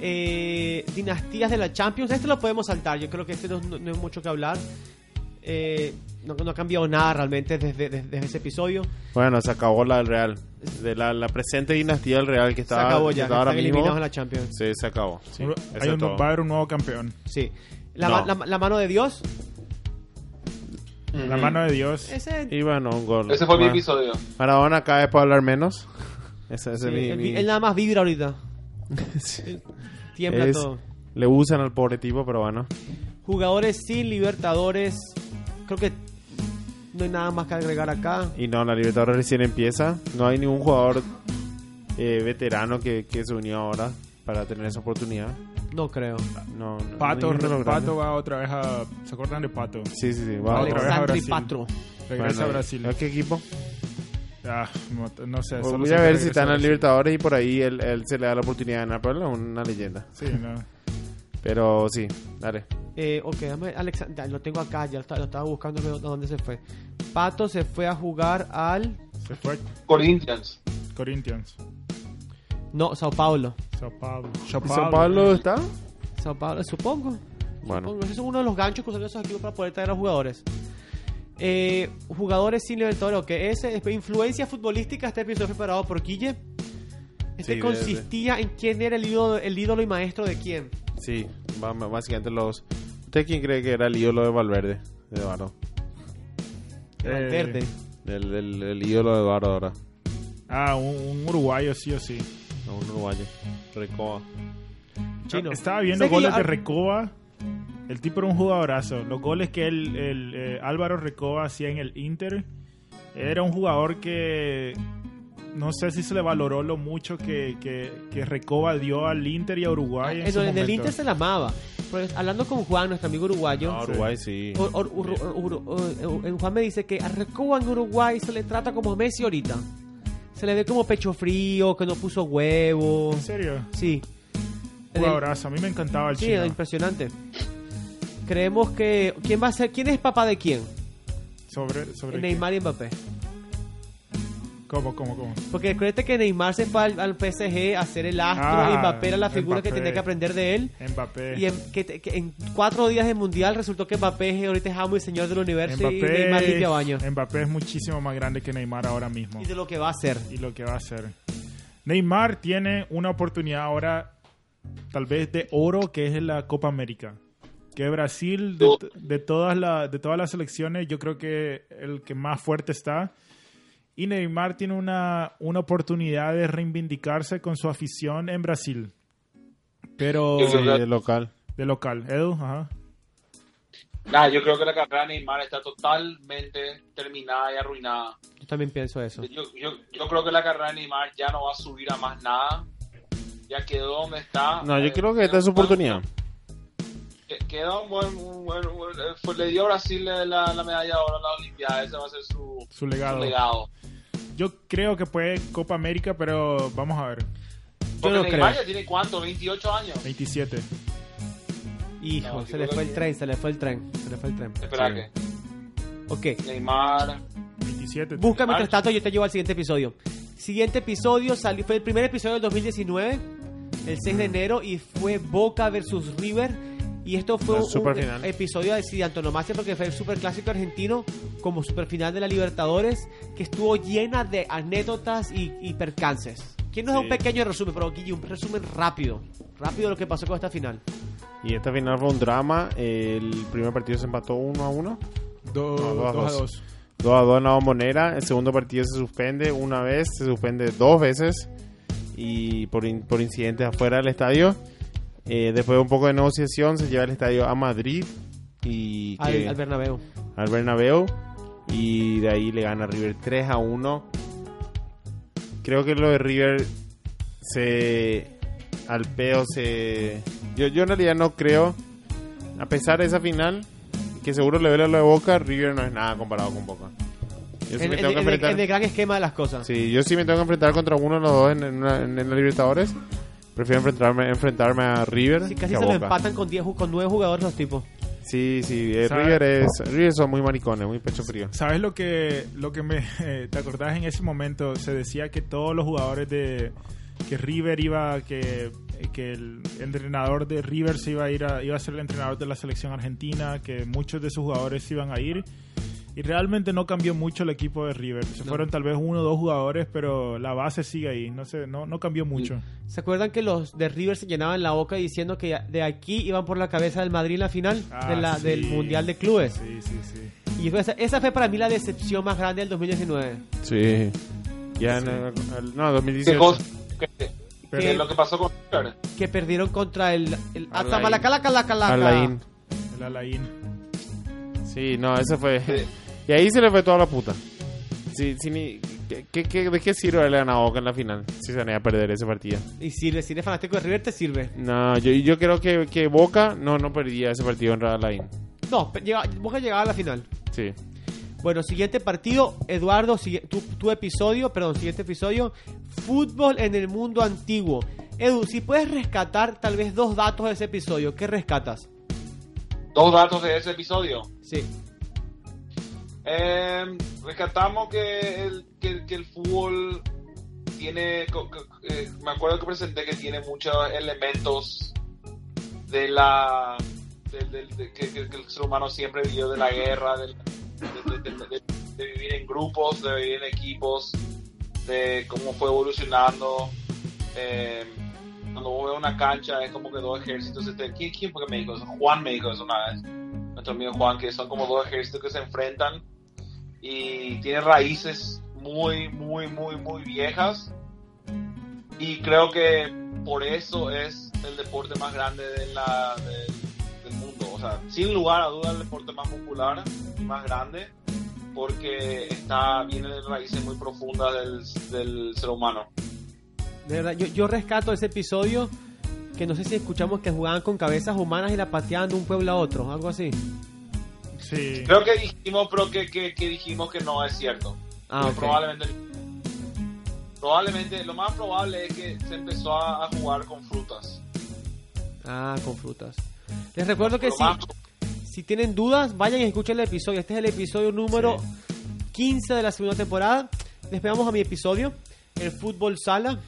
Speaker 1: eh, dinastías de la Champions. Este lo podemos saltar. Yo creo que este no, no- no es mucho que hablar. Eh, no, no ha cambiado nada realmente desde, desde- desde ese episodio.
Speaker 3: Bueno, se acabó la del Real. De la, la presente dinastía del Real que estaba,
Speaker 1: se acabó
Speaker 3: que
Speaker 1: ya.
Speaker 3: está ahora
Speaker 1: Están eliminados en
Speaker 3: mismo.
Speaker 1: la Champions.
Speaker 3: Sí, se acabó. Sí,
Speaker 4: Un-
Speaker 3: eso
Speaker 4: hay
Speaker 3: es
Speaker 4: un-
Speaker 3: todo.
Speaker 4: va a haber un nuevo campeón.
Speaker 1: Sí. La,
Speaker 3: No.
Speaker 1: ma- la- la mano de Dios.
Speaker 4: La mano de Dios.
Speaker 1: Ese,
Speaker 3: Y bueno, un gol.
Speaker 6: Ese fue mi
Speaker 3: Bueno,
Speaker 6: episodio.
Speaker 3: Maradona acá es para hablar menos. Ese,
Speaker 1: sí,
Speaker 3: ese es mi-
Speaker 1: él,
Speaker 3: mi-
Speaker 1: él nada más vibra ahorita. Él Tiembla
Speaker 3: Es-
Speaker 1: todo.
Speaker 3: Le usan al pobre tipo, pero bueno.
Speaker 1: Jugadores sin libertadores. Creo que no hay nada más que agregar acá.
Speaker 3: Y no, la Libertadores recién empieza. No hay ningún jugador eh, veterano que, que se unió ahora para tener esa oportunidad.
Speaker 1: No creo.
Speaker 3: No, no-
Speaker 4: Pato,
Speaker 3: ninguno de los
Speaker 4: Pato
Speaker 3: grandes.
Speaker 4: va otra vez a... ¿Se acuerdan de Pato?
Speaker 3: Sí, sí, sí. Va
Speaker 4: Otra vez a
Speaker 1: Alexandre
Speaker 4: Brasil.
Speaker 1: Patro.
Speaker 4: Regresa a
Speaker 3: Bueno,
Speaker 4: Brasil.
Speaker 3: ¿A qué equipo?
Speaker 4: Ah, no, no sé. solo
Speaker 3: Voy
Speaker 4: sé
Speaker 3: a
Speaker 4: que
Speaker 3: ver
Speaker 4: regresa
Speaker 3: si están
Speaker 4: a
Speaker 3: en
Speaker 4: Brasil.
Speaker 3: Libertadores y por ahí él, él se le da la oportunidad de ganar, pero él es una leyenda.
Speaker 4: Sí, no.
Speaker 3: Pero sí, dale.
Speaker 1: Eh, ok, dame Alexander, lo tengo acá, ya lo estaba, lo estaba buscando pero a dónde se fue. Pato se fue a jugar al...
Speaker 4: Se fue
Speaker 6: Corinthians.
Speaker 4: a Corinthians.
Speaker 1: No, Sao Paulo.
Speaker 4: Sao Paulo.
Speaker 3: ¿Y Sao Paulo está?
Speaker 1: Sao Paulo, supongo.
Speaker 3: Bueno,
Speaker 1: Supongo. Pues, Ese es uno de los ganchos que usan esos equipos para poder traer a jugadores. Eh, jugadores sin Libertadores, que ese es influencia futbolística. Este episodio fue preparado por Guille. Este
Speaker 3: Sí,
Speaker 1: consistía en quién era el ídolo, el ídolo y maestro de quién.
Speaker 3: sí, va- básicamente los... ¿Usted quién cree que era el ídolo de Valverde? De Varo.
Speaker 1: De
Speaker 4: Eh,
Speaker 1: Valverde.
Speaker 3: El, el- el ídolo de Varo ahora.
Speaker 4: Ah, un, un uruguayo sí o sí.
Speaker 3: No, un uruguayo. Recoba.
Speaker 1: Chino.
Speaker 4: Ah, Estaba viendo
Speaker 1: Sé que
Speaker 4: goles
Speaker 1: yo-
Speaker 4: de Recoba. El tipo era un jugadorazo. Los goles que el, el, eh, Álvaro Recoba hacía en el Inter. Era un jugador que no sé si se le valoró lo mucho que, que, que Recoba dio al Inter y a Uruguay.
Speaker 1: En,
Speaker 4: en su
Speaker 1: Ah, el- en el
Speaker 4: momento.
Speaker 1: Inter se la amaba. Porque hablando con Juan, nuestro amigo uruguayo.
Speaker 3: No, Ah, Uruguay sí.
Speaker 1: Or- or- ur- ur- ur- ur- ur- eh, Juan me dice que a Recoba en Uruguay se le trata como Messi ahorita. Se le ve como pecho frío, que no puso huevo.
Speaker 4: En serio.
Speaker 1: Sí. En el-
Speaker 4: Jugadorazo. A mí me encantaba el
Speaker 1: Sí,
Speaker 4: chino.
Speaker 1: impresionante. Creemos que quién va a ser, quién es papá de quién,
Speaker 4: Sobre, sobre
Speaker 1: Neymar y Mbappé.
Speaker 4: ¿Cómo, cómo, cómo?
Speaker 1: Porque créete que Neymar se fue al, al PSG a ser el astro
Speaker 4: Ah,
Speaker 1: y Mbappé era la figura que
Speaker 4: Mbappé.
Speaker 1: tenía que aprender de él.
Speaker 4: Mbappé.
Speaker 1: Y en, que, te- que en cuatro días de mundial resultó que Mbappé es- ahorita es amo y señor del universo y Neymar limpia baño.
Speaker 4: Mbappé es muchísimo más grande que Neymar ahora mismo.
Speaker 1: Y de lo que va a ser.
Speaker 4: y lo que va a hacer. Neymar tiene una oportunidad ahora, tal vez de oro, que es la Copa América. Que Brasil, de, de todas, la- de todas las selecciones, yo creo que el que más fuerte está. Y Neymar tiene una, una oportunidad de reivindicarse con su afición en Brasil. Pero
Speaker 6: Yo
Speaker 3: Oh, Sí,
Speaker 6: creo que-
Speaker 3: el local.
Speaker 4: de local. Edu, ajá.
Speaker 6: Nah, yo creo que la carrera de Neymar está totalmente terminada y arruinada.
Speaker 1: Yo también pienso eso.
Speaker 6: Yo, yo- yo creo que la carrera de Neymar ya no va a subir a más nada. Ya quedó donde está.
Speaker 3: No, yo
Speaker 6: Eh,
Speaker 3: creo que esta es su
Speaker 6: quedó-
Speaker 3: oportunidad.
Speaker 6: que- Quedó un buen. un buen- un buen- eh, fue- le dio a Brasil la, la medalla ahora a la Olimpiada. Ese va a ser su,
Speaker 4: Su legado.
Speaker 6: su legado.
Speaker 4: Yo creo que puede Copa América, pero vamos a ver.
Speaker 6: Porque
Speaker 1: no
Speaker 6: Neymar
Speaker 1: creo.
Speaker 6: ya tiene cuánto, 28 años.
Speaker 4: 27.
Speaker 1: Hijo,
Speaker 6: No,
Speaker 1: se
Speaker 6: yo
Speaker 1: le
Speaker 6: creo
Speaker 1: fue el
Speaker 6: que-
Speaker 1: tren, se le fue el tren, se le fue el tren.
Speaker 6: Espera
Speaker 3: Sí.
Speaker 1: Ok.
Speaker 6: que Neymar.
Speaker 4: 27.
Speaker 1: Busca
Speaker 3: Ah.
Speaker 6: Vale.
Speaker 1: mientras tanto, yo te llevo al siguiente episodio. Siguiente episodio salió, fue el primer episodio del 2019, el 6 de enero, y fue Boca versus River. Y esto fue
Speaker 3: La
Speaker 1: un
Speaker 3: superfinal.
Speaker 1: episodio de sí, de antonomasia porque fue el superclásico argentino como superfinal de la Libertadores que estuvo llena de anécdotas y, y percances. ¿Quién nos da un
Speaker 3: Sí.
Speaker 1: pequeño resumen? Pero Guille, un resumen rápido. Rápido de lo que pasó con esta final.
Speaker 3: Y esta final fue un drama. El primer partido se empató 1 a 1. No,
Speaker 4: Do-
Speaker 3: dos a
Speaker 4: dos a
Speaker 3: dos.
Speaker 4: dos.
Speaker 3: 2 a 2 en la bombonera. El segundo partido se suspende una vez, se suspende dos veces. Y por, in- por incidentes afuera del estadio. Eh, después de un poco de negociación, se lleva el estadio a Madrid. Y
Speaker 1: Al,
Speaker 3: que-
Speaker 1: al Bernabéu.
Speaker 3: al Bernabéu y de ahí le gana a River 3 a 1. Creo que lo de River se al peo se yo, yo en realidad no creo a pesar de esa final que seguro le duele a lo de Boca, River no es nada comparado con Boca. Yo sí
Speaker 1: En,
Speaker 3: me
Speaker 1: en-
Speaker 3: tengo que
Speaker 1: en el,
Speaker 3: enfrentar
Speaker 1: en el gran esquema de las cosas.
Speaker 3: Sí, yo sí me tengo que enfrentar contra uno de los dos en, en, una- en- en la Libertadores. Prefiero enfrentarme enfrentarme a River
Speaker 1: Sí,
Speaker 3: que
Speaker 1: casi
Speaker 3: a
Speaker 1: se lo
Speaker 3: Boca.
Speaker 1: empatan con 10 ju- con 9 jugadores los tipos.
Speaker 3: Sí, sí, eh,
Speaker 4: ¿Sabe?
Speaker 3: River es River son muy maricones, muy pecho frío.
Speaker 4: ¿Sabes lo que, lo que me eh, te acordás en ese momento? Se decía que todos los jugadores de que River iba que que el entrenador de River se iba a ir a, iba a ser el entrenador de la selección argentina, que muchos de sus jugadores se iban a ir y realmente no cambió mucho el equipo de River. Se fueron tal vez uno o dos jugadores, pero la base sigue ahí, no sé, no no cambió mucho.
Speaker 1: ¿Se acuerdan que los de River se llenaban la boca diciendo que de aquí iban por la cabeza del Madrid en la final
Speaker 4: Ah,
Speaker 1: de la-
Speaker 4: sí.
Speaker 1: del Mundial de Clubes?
Speaker 4: Sí, sí, sí.
Speaker 1: Y yo creo que esa, esa fue para mí la decepción más grande del 2019.
Speaker 3: Sí. Ya en el- el- no,
Speaker 6: ¿Qué
Speaker 3: 2018.
Speaker 6: cosa? ¿Qué- qué-
Speaker 1: Pero-
Speaker 6: qué es lo que pasó con River?
Speaker 1: Que perdieron contra el... el
Speaker 3: Alain.
Speaker 1: Atamalacalacalaca.
Speaker 3: Alain.
Speaker 4: El Alain.
Speaker 3: Sí, no, ese fue.
Speaker 6: Sí.
Speaker 3: Y ahí se le fue toda la puta. Sí, sí, ni- ¿qué- qué- qué- ¿De qué sirve haberle ganado a Boca en la final? Si se van a ir a perder ese partido.
Speaker 1: Y sirve, si eres fanático de River te sirve.
Speaker 3: No, yo, yo creo que, que Boca no, no perdía ese partido en Alain.
Speaker 1: No, pero llega- Boca llegaba a la final.
Speaker 3: Sí.
Speaker 1: Bueno, siguiente partido, Eduardo, sigue- tu, tu episodio, perdón, siguiente episodio, fútbol en el mundo antiguo. Edu, si puedes rescatar tal vez dos datos de ese episodio, ¿qué rescatas?
Speaker 6: Dos datos de ese episodio.
Speaker 1: Sí.
Speaker 6: Eh, rescatamos que el, que, que el fútbol tiene, co- co- eh, me acuerdo que presenté que tiene muchos elementos de la del- del- de- que, que- que el ser humano siempre vivió de la guerra, del- de, de- de- de- de vivir en grupos, de vivir en equipos, de cómo fue evolucionando. Eh, cuando vos ves una cancha es como que dos ejércitos, este, ¿quién, quién fue que me dijo eso? Juan me dijo eso una vez nuestro amigo Juan, que son como dos ejércitos que se enfrentan y tiene raíces muy, muy, muy, muy viejas. Y creo que por eso es el deporte más grande de la- del- del mundo. O sea, sin lugar a dudas, el deporte más popular y más grande porque está viene de raíces muy profundas del, del ser humano.
Speaker 1: De verdad, yo, yo rescato ese episodio que no sé si escuchamos que jugaban con cabezas humanas y la pateaban de un pueblo a otro, algo así.
Speaker 4: Sí.
Speaker 6: Creo que dijimos, pero que, que, que dijimos que no es cierto.
Speaker 1: Ah,
Speaker 6: que
Speaker 1: ok.
Speaker 6: probablemente probablemente lo más probable es que se empezó a, a jugar con frutas
Speaker 1: Ah, con frutas. Les recuerdo que
Speaker 6: Lo
Speaker 1: sí.
Speaker 6: más-
Speaker 1: Si tienen dudas, vayan y escuchen el episodio. Este es el episodio número 15 de la segunda temporada. Les pegamos a mi episodio, el fútbol sala.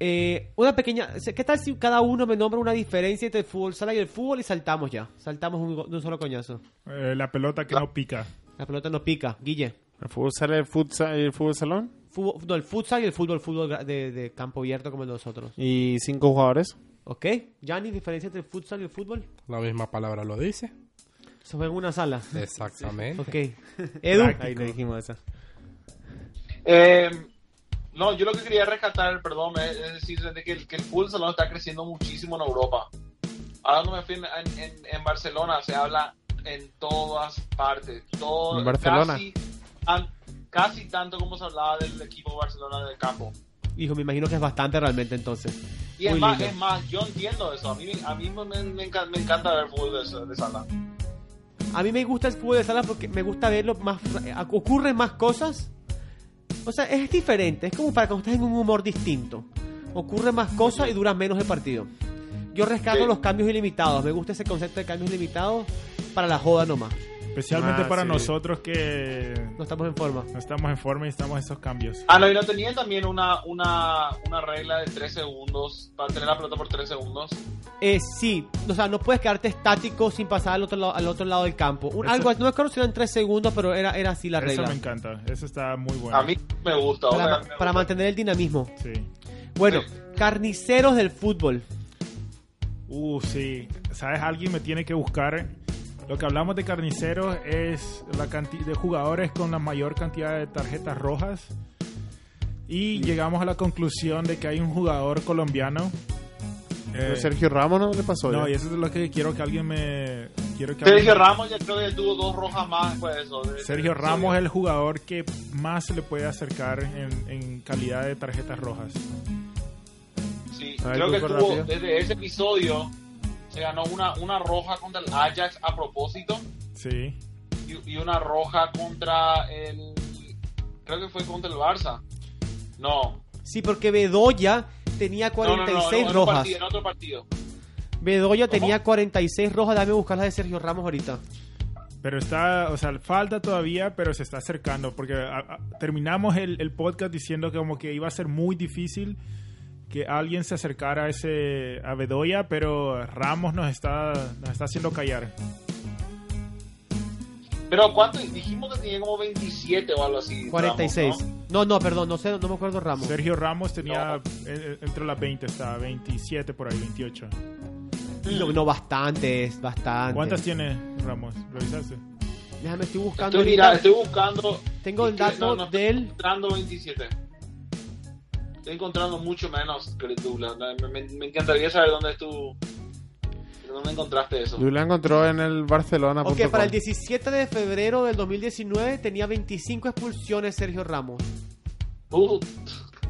Speaker 1: Eh, una pequeña. ¿Qué tal si cada uno me nombra una diferencia entre el fútbol sala y el fútbol y saltamos ya? Saltamos un go- de un solo coñazo.
Speaker 4: Eh, la pelota que no pica.
Speaker 1: La pelota no pica, Guille.
Speaker 3: ¿El fútbol sale el futsal, el fútbol salón?
Speaker 1: Fútbol, no, el futsal y el fútbol, fútbol gra- de, de campo abierto como nosotros.
Speaker 3: ¿Y cinco jugadores?
Speaker 1: ¿Ok? Yanni, diferencia entre el futsal y el fútbol.
Speaker 2: La misma palabra lo dice.
Speaker 1: Se juega en una sala.
Speaker 2: Exactamente.
Speaker 1: Ok. Edu.
Speaker 3: Ah, Ahí le dijimos esa.
Speaker 6: Eh, no yo lo que quería rescatar perdón es, es decir de que el, que el fútbol salón está creciendo muchísimo en Europa ahora no me fui en, en- en Barcelona se habla en todas partes todo
Speaker 3: ¿En Barcelona?
Speaker 6: casi, an- casi tanto como se hablaba del equipo Barcelona del campo
Speaker 1: Hijo, me imagino que es bastante realmente entonces.
Speaker 6: Y es
Speaker 1: Muy
Speaker 6: más,
Speaker 1: lindo.
Speaker 6: es más, yo entiendo eso. A mí, a mí me, me enca- me encanta ver fútbol de, de sala.
Speaker 1: A mí me gusta el fútbol de sala porque me gusta verlo más. eh, Ocurren más cosas. O sea, es diferente. Es como para cuando estás en un humor distinto. Ocurren más cosas y dura menos el partido. Yo rescato
Speaker 6: Sí.
Speaker 1: los cambios ilimitados. Me gusta ese concepto de cambios ilimitados para la joda nomás.
Speaker 4: Especialmente
Speaker 3: Ah,
Speaker 4: para
Speaker 3: sí.
Speaker 4: nosotros que
Speaker 1: No estamos en forma.
Speaker 4: no estamos en forma y estamos en esos cambios.
Speaker 6: Ah, no, y no tenían también una, una, una regla de 3 segundos, para tener la pelota por 3 segundos.
Speaker 1: Eh, sí, o sea, no puedes quedarte estático sin pasar al otro lado, al otro lado del campo. Un-
Speaker 4: Eso-
Speaker 1: algo, no me acuerdo si eran tres segundos, pero era, era así la
Speaker 4: Eso
Speaker 1: regla.
Speaker 4: me encanta. Eso está muy bueno.
Speaker 6: A mí me gusta. o sea,
Speaker 1: Para,
Speaker 6: me gusta.
Speaker 1: para mantener el dinamismo.
Speaker 4: Sí.
Speaker 1: Bueno,
Speaker 6: Sí.
Speaker 1: carniceros del fútbol.
Speaker 4: Uh, sí. ¿Sabes? Alguien me tiene que buscar. Lo que hablamos de carniceros es la cantidad de jugadores con la mayor cantidad de tarjetas rojas. Y llegamos a la conclusión de que hay un jugador colombiano. eh,
Speaker 3: Sergio Ramos no le pasó.
Speaker 4: no,
Speaker 3: ya?
Speaker 4: y eso es lo que quiero que alguien me. Quiero que
Speaker 6: Sergio
Speaker 4: alguien-
Speaker 6: Ramos ya creo que tuvo dos rojas más después de eso. de-
Speaker 4: Sergio
Speaker 6: de-
Speaker 4: Ramos es el jugador que más se le puede acercar en, en calidad de tarjetas rojas.
Speaker 6: Sí,
Speaker 3: A ver,
Speaker 6: creo que
Speaker 3: tú,
Speaker 6: tuvo,
Speaker 3: rápido.
Speaker 6: desde ese episodio, se ganó una, una roja contra el Ajax a propósito.
Speaker 4: Sí.
Speaker 6: y, y una roja contra el. Creo que fue contra el Barça. No.
Speaker 1: Sí, porque Bedoya tenía
Speaker 6: No, no, no,
Speaker 1: 46
Speaker 6: en otro
Speaker 1: rojas.
Speaker 6: partido, en otro partido.
Speaker 1: Bedoya
Speaker 6: ¿Cómo?
Speaker 1: tenía 46 rojas. Dame buscar las de Sergio Ramos ahorita.
Speaker 4: Pero está, o sea, falta todavía, pero se está acercando. Porque a- a- terminamos el, el podcast diciendo que como que iba a ser muy difícil que alguien se acercara a ese a Bedoya, pero Ramos nos está, nos está haciendo callar.
Speaker 6: Pero ¿cuánto? Dijimos que tenía como 27 o algo así.
Speaker 1: 46.
Speaker 6: Ramos,
Speaker 1: ¿no? no, perdón, no sé, no me acuerdo Ramos.
Speaker 4: Sergio Ramos tenía
Speaker 6: No.
Speaker 4: eh, eh, entre las 20, está 27 por ahí, 28.
Speaker 1: No, no, bastante es, bastante.
Speaker 4: ¿Cuántas tiene Ramos? ¿Revisaste?
Speaker 1: Déjame, estoy
Speaker 6: ¿no?
Speaker 1: buscando
Speaker 6: Estoy, mira,
Speaker 1: ahorita.
Speaker 6: estoy buscando.
Speaker 1: Tengo el
Speaker 6: Estoy-
Speaker 1: dato
Speaker 6: no, no, estoy
Speaker 1: del...
Speaker 6: encontrando 27. Estoy encontrando mucho menos que tú. la- la- Me, me encantaría saber dónde es tu. ¿Dónde encontraste eso?
Speaker 3: Yo la encontró en el Barcelona.
Speaker 1: Ok, para el 17 de febrero del 2019 tenía 25 expulsiones Sergio Ramos.
Speaker 6: Uh,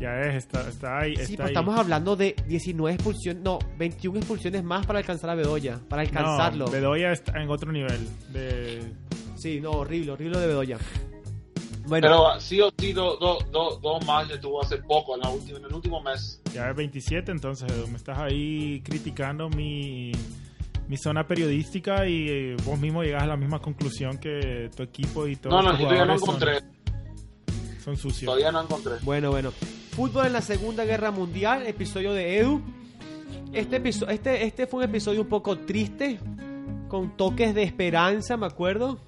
Speaker 4: Ya es, está, está ahí.
Speaker 1: sí,
Speaker 4: está
Speaker 1: pues
Speaker 4: ahí.
Speaker 1: estamos hablando de 19 expulsiones, no, 21 expulsiones más para alcanzar a Bedoya, para
Speaker 4: No,
Speaker 1: alcanzarlo.
Speaker 4: Bedoya está en otro nivel. De...
Speaker 1: Sí, no, horrible, horrible de Bedoya. Bueno,
Speaker 6: Pero ah, sí o sí, do- do- do- dos más le tuvo hace poco, en, la última- en el último mes.
Speaker 4: Ya es 27, entonces Edu, me estás ahí criticando mi, mi zona periodística y eh, vos mismo llegas a la misma conclusión que tu equipo y todos
Speaker 6: No, no,
Speaker 4: los
Speaker 6: yo todavía no
Speaker 4: jugadores son-
Speaker 6: encontré.
Speaker 4: son, sucios.
Speaker 6: Todavía no encontré.
Speaker 1: bueno, bueno. Fútbol en la Segunda Guerra Mundial, episodio de Edu. Este, episo- este, este fue un episodio un poco triste, con toques de esperanza, me acuerdo.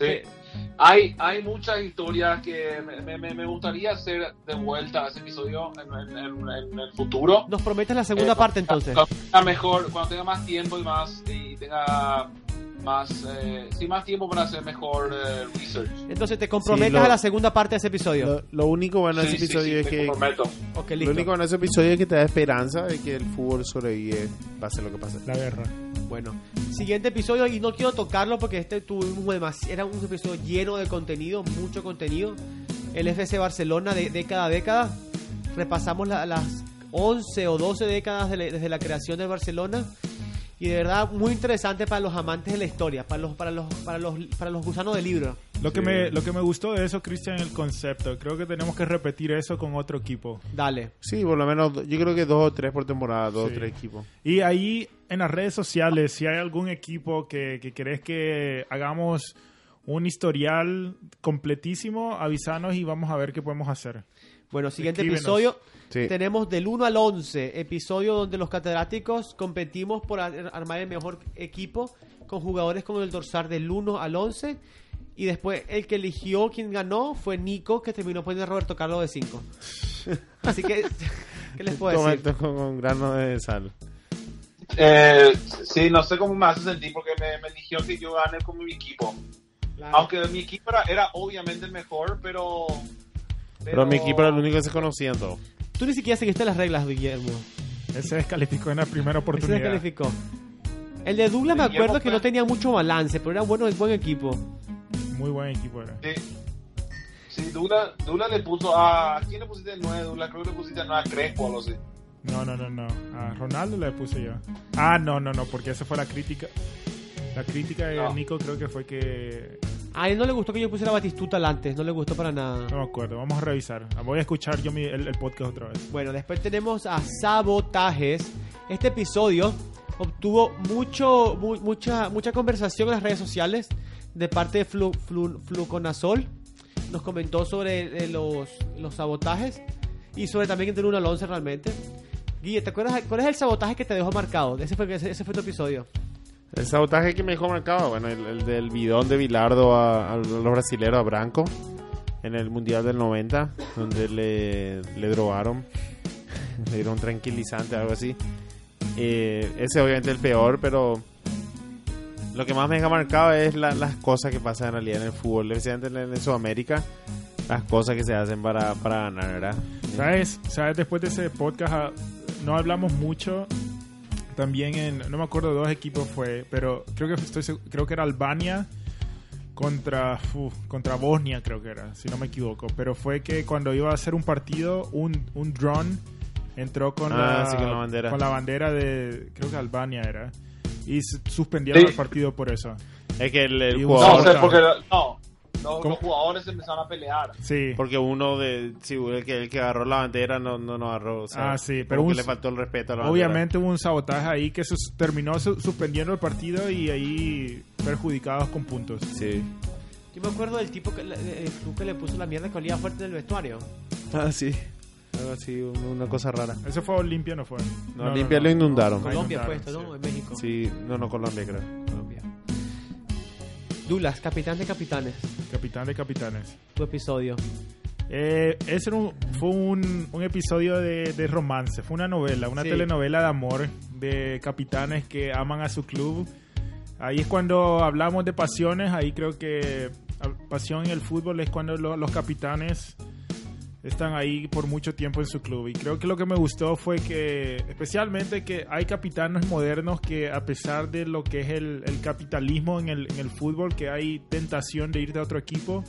Speaker 6: Sí. Hay, hay muchas historias que me, me- me- me gustaría hacer de vuelta a ese episodio en, en- en- en el futuro.
Speaker 1: Nos prometes la segunda
Speaker 6: Eh,
Speaker 1: parte entonces.
Speaker 6: Cuando tenga mejor, cuando tenga más tiempo y más y tenga más eh, sí, más tiempo para hacer mejor eh, research.
Speaker 1: Entonces te comprometes
Speaker 7: lo-
Speaker 1: a la segunda parte de ese episodio.
Speaker 7: Lo, lo único bueno de
Speaker 6: Sí,
Speaker 7: ese
Speaker 6: sí,
Speaker 7: episodio
Speaker 6: sí,
Speaker 7: es
Speaker 6: me
Speaker 7: que
Speaker 6: comprometo.
Speaker 1: ok,
Speaker 7: lo
Speaker 1: listo.
Speaker 7: único bueno de ese episodio es que te da esperanza de que el fútbol sobrevive, pase lo que pase.
Speaker 4: La guerra.
Speaker 1: Bueno, siguiente episodio y no quiero tocarlo porque este tuvimos demasiado, era un episodio lleno de contenido, mucho contenido. El FC Barcelona de década a década. Repasamos la- las 11 o 12 décadas de la- desde la creación de Barcelona y de verdad muy interesante para los amantes de la historia, para los para los para los para los gusanos de libro.
Speaker 4: Lo, que me, lo que me gustó de eso, Cristian, el concepto. Creo que tenemos que repetir eso con otro equipo.
Speaker 1: Dale.
Speaker 7: Sí, por lo menos do- yo creo que dos o tres por temporada, dos
Speaker 4: Sí.
Speaker 7: o tres equipos.
Speaker 4: Y ahí en las redes sociales, si hay algún equipo que, que querés que hagamos un historial completísimo, avisanos y vamos a ver qué podemos hacer.
Speaker 1: Bueno, siguiente
Speaker 4: Escríbenos.
Speaker 1: episodio.
Speaker 7: Sí.
Speaker 1: Tenemos del 1 al 11, episodio donde los catedráticos competimos por ar- armar el mejor equipo con jugadores con el dorsal del 1 al 11. Y después el que eligió quien ganó fue Nico, que terminó poniendo a Roberto Carlos de 5. Así que, ¿qué les puedo
Speaker 7: Toma
Speaker 1: decir?
Speaker 7: esto con, con grano de sal.
Speaker 6: Eh, sí, no sé cómo me hace sentir porque me, me eligió que yo gane con mi equipo.
Speaker 1: Claro.
Speaker 6: Aunque mi equipo era, era obviamente el mejor, pero,
Speaker 7: Pero, mi equipo era el único que se conocía en todo.
Speaker 1: Tú ni siquiera seguiste las reglas, Guillermo.
Speaker 4: Ese descalificó en la primera
Speaker 1: Se
Speaker 4: oportunidad.
Speaker 1: descalificó. El de Douglas me
Speaker 6: Guillermo
Speaker 1: acuerdo que
Speaker 6: fue-
Speaker 1: no tenía mucho balance, pero era bueno, buen equipo.
Speaker 4: Muy buen equipo era.
Speaker 6: Sí, sí Dula, Dula le puso a... ¿a ¿Quién le pusiste el 9, Dula? Creo que le pusiste el 9 a Crespo o algo así.
Speaker 4: No, no, no, no. A Ronaldo le puse yo. Ah, no, no, no, porque esa fue la crítica. La crítica de
Speaker 6: No.
Speaker 4: Nico creo que fue que...
Speaker 1: A él no le gustó que yo pusiera Batistuta al antes, no le gustó para nada.
Speaker 4: No me acuerdo, vamos a revisar. Voy a escuchar yo mi- el, el podcast otra vez.
Speaker 1: Bueno, después tenemos a Sabotajes. Este episodio obtuvo mucho, mu- mucha, mucha conversación en las redes sociales de parte de Flu, Flu- Fluconazol. Nos comentó sobre eh, los, los sabotajes y sobre también que tiene uno al 11 realmente. Guille, ¿te acuerdas cuál es el sabotaje que te dejó marcado? Ese fue, ese, ese fue tu episodio.
Speaker 7: El sabotaje que me dejó marcado, bueno, el, el del bidón de Bilardo a, a los brasileros, a Branco, en el Mundial del 90, donde le, le drogaron, le dieron tranquilizante, algo así. Eh, ese obviamente el peor, pero lo que más me deja marcado es la- las cosas que pasan en realidad en el fútbol, especialmente en, en Sudamérica, las cosas que se hacen para, para ganar, ¿verdad?
Speaker 4: ¿Sabes? ¿Sabes? Después de ese podcast ah, no hablamos mucho. También en... No me acuerdo de dos equipos fue, pero creo que, estoy, seg- creo que era Albania contra, fu, contra Bosnia, creo que era, si no me equivoco. Pero fue que cuando iba a hacer un partido, un, un drone entró con,
Speaker 7: Ah,
Speaker 4: la,
Speaker 7: sí, con la bandera.
Speaker 4: con la bandera de... Creo que Albania era. Y s- suspendieron
Speaker 6: Sí.
Speaker 4: el partido por eso.
Speaker 7: Es que el, el
Speaker 4: Y un
Speaker 6: No,
Speaker 7: jugador...
Speaker 6: o sea, porque... No, los,
Speaker 4: ¿Cómo?
Speaker 6: los jugadores empezaron a pelear.
Speaker 4: Sí.
Speaker 7: Porque uno de. Sí, el que, el que agarró la bandera no, no, no agarró. O sea,
Speaker 4: Ah, sí, pero
Speaker 7: como
Speaker 4: un-
Speaker 7: que le faltó el respeto a la bandera.
Speaker 4: Obviamente hubo un sabotaje ahí que sus- terminó su- suspendiendo el partido y ahí perjudicados con puntos.
Speaker 7: Sí.
Speaker 1: Yo me acuerdo del tipo que, le- el Flu que le puso la mierda que olía fuerte en el vestuario.
Speaker 7: Ah, sí. Algo así, un- una cosa rara.
Speaker 4: Eso fue Olimpia, no fue.
Speaker 7: No, Olimpia lo inundaron.
Speaker 4: no,
Speaker 1: Colombia fue esto,
Speaker 4: inundaron,
Speaker 1: ¿no?
Speaker 4: sí.
Speaker 1: En México.
Speaker 7: Sí, no, no, Colombia creo.
Speaker 1: Colombia. Dulas, capitán de capitanes,
Speaker 4: Capitán de capitanes.
Speaker 1: tu episodio.
Speaker 4: Eh, ese era un- fue un, un episodio de, de romance, fue una novela, una
Speaker 1: Sí.
Speaker 4: telenovela de amor de capitanes que aman a su club. Ahí es cuando hablamos de pasiones, ahí creo que a- pasión en el fútbol es cuando lo- los capitanes están ahí por mucho tiempo en su club. Y creo que lo que me gustó fue que, especialmente que hay capitanes modernos que a pesar de lo que es el, el capitalismo en el, en el fútbol, que hay tentación de ir de otro equipo,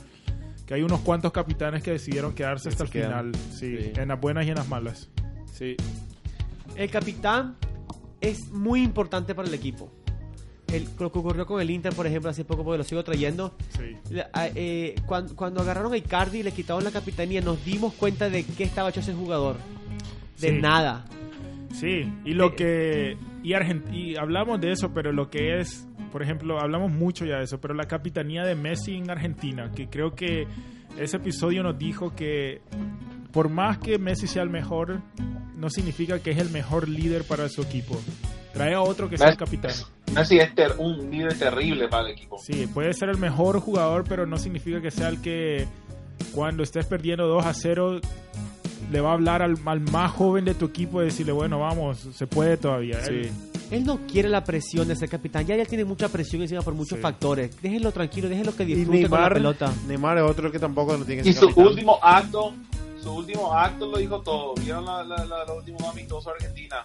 Speaker 4: que hay unos cuantos capitanes que decidieron quedarse
Speaker 7: Que
Speaker 4: hasta el
Speaker 7: se quedan.
Speaker 4: final. Sí,
Speaker 7: Sí.
Speaker 4: en las buenas y en las malas.
Speaker 7: Sí.
Speaker 1: El capitán es muy importante para el equipo. el- lo que ocurrió con el Inter, por ejemplo, hace poco, porque lo sigo trayendo.
Speaker 4: Sí.
Speaker 1: La- a- eh, cuan- cuando, agarraron a Icardi y le quitaron la capitanía, nos dimos cuenta de qué estaba hecho ese jugador. De
Speaker 4: Sí.
Speaker 1: nada.
Speaker 4: Sí, y lo que. Y, Argen- y hablamos de eso, pero lo que es. Por ejemplo, hablamos mucho ya de eso, pero la capitanía de Messi en Argentina, que creo que ese episodio nos dijo que por más que Messi sea el mejor, no significa que es el mejor líder para su equipo. Trae a otro que sea el capitán.
Speaker 6: Messi es ter- un líder terrible para el equipo.
Speaker 4: Sí, puede ser el mejor jugador, pero no significa que sea el que cuando estés perdiendo 2 a 0 le va a hablar al, al más joven de tu equipo y decirle, bueno, vamos, se puede todavía. Él-
Speaker 1: Él no quiere la presión de ser capitán. Ya ya tiene mucha presión encima por muchos
Speaker 4: Sí.
Speaker 1: factores. Déjenlo tranquilo, déjenlo que
Speaker 7: Y
Speaker 1: disfrute con la
Speaker 7: Neymar,
Speaker 1: pelota.
Speaker 7: Neymar es otro que tampoco no tiene que
Speaker 6: Y
Speaker 7: ser
Speaker 6: su
Speaker 7: capitán.
Speaker 6: último acto, su último acto lo dijo todo. ¿Vieron la, la, la, los últimos amistosos de Argentina?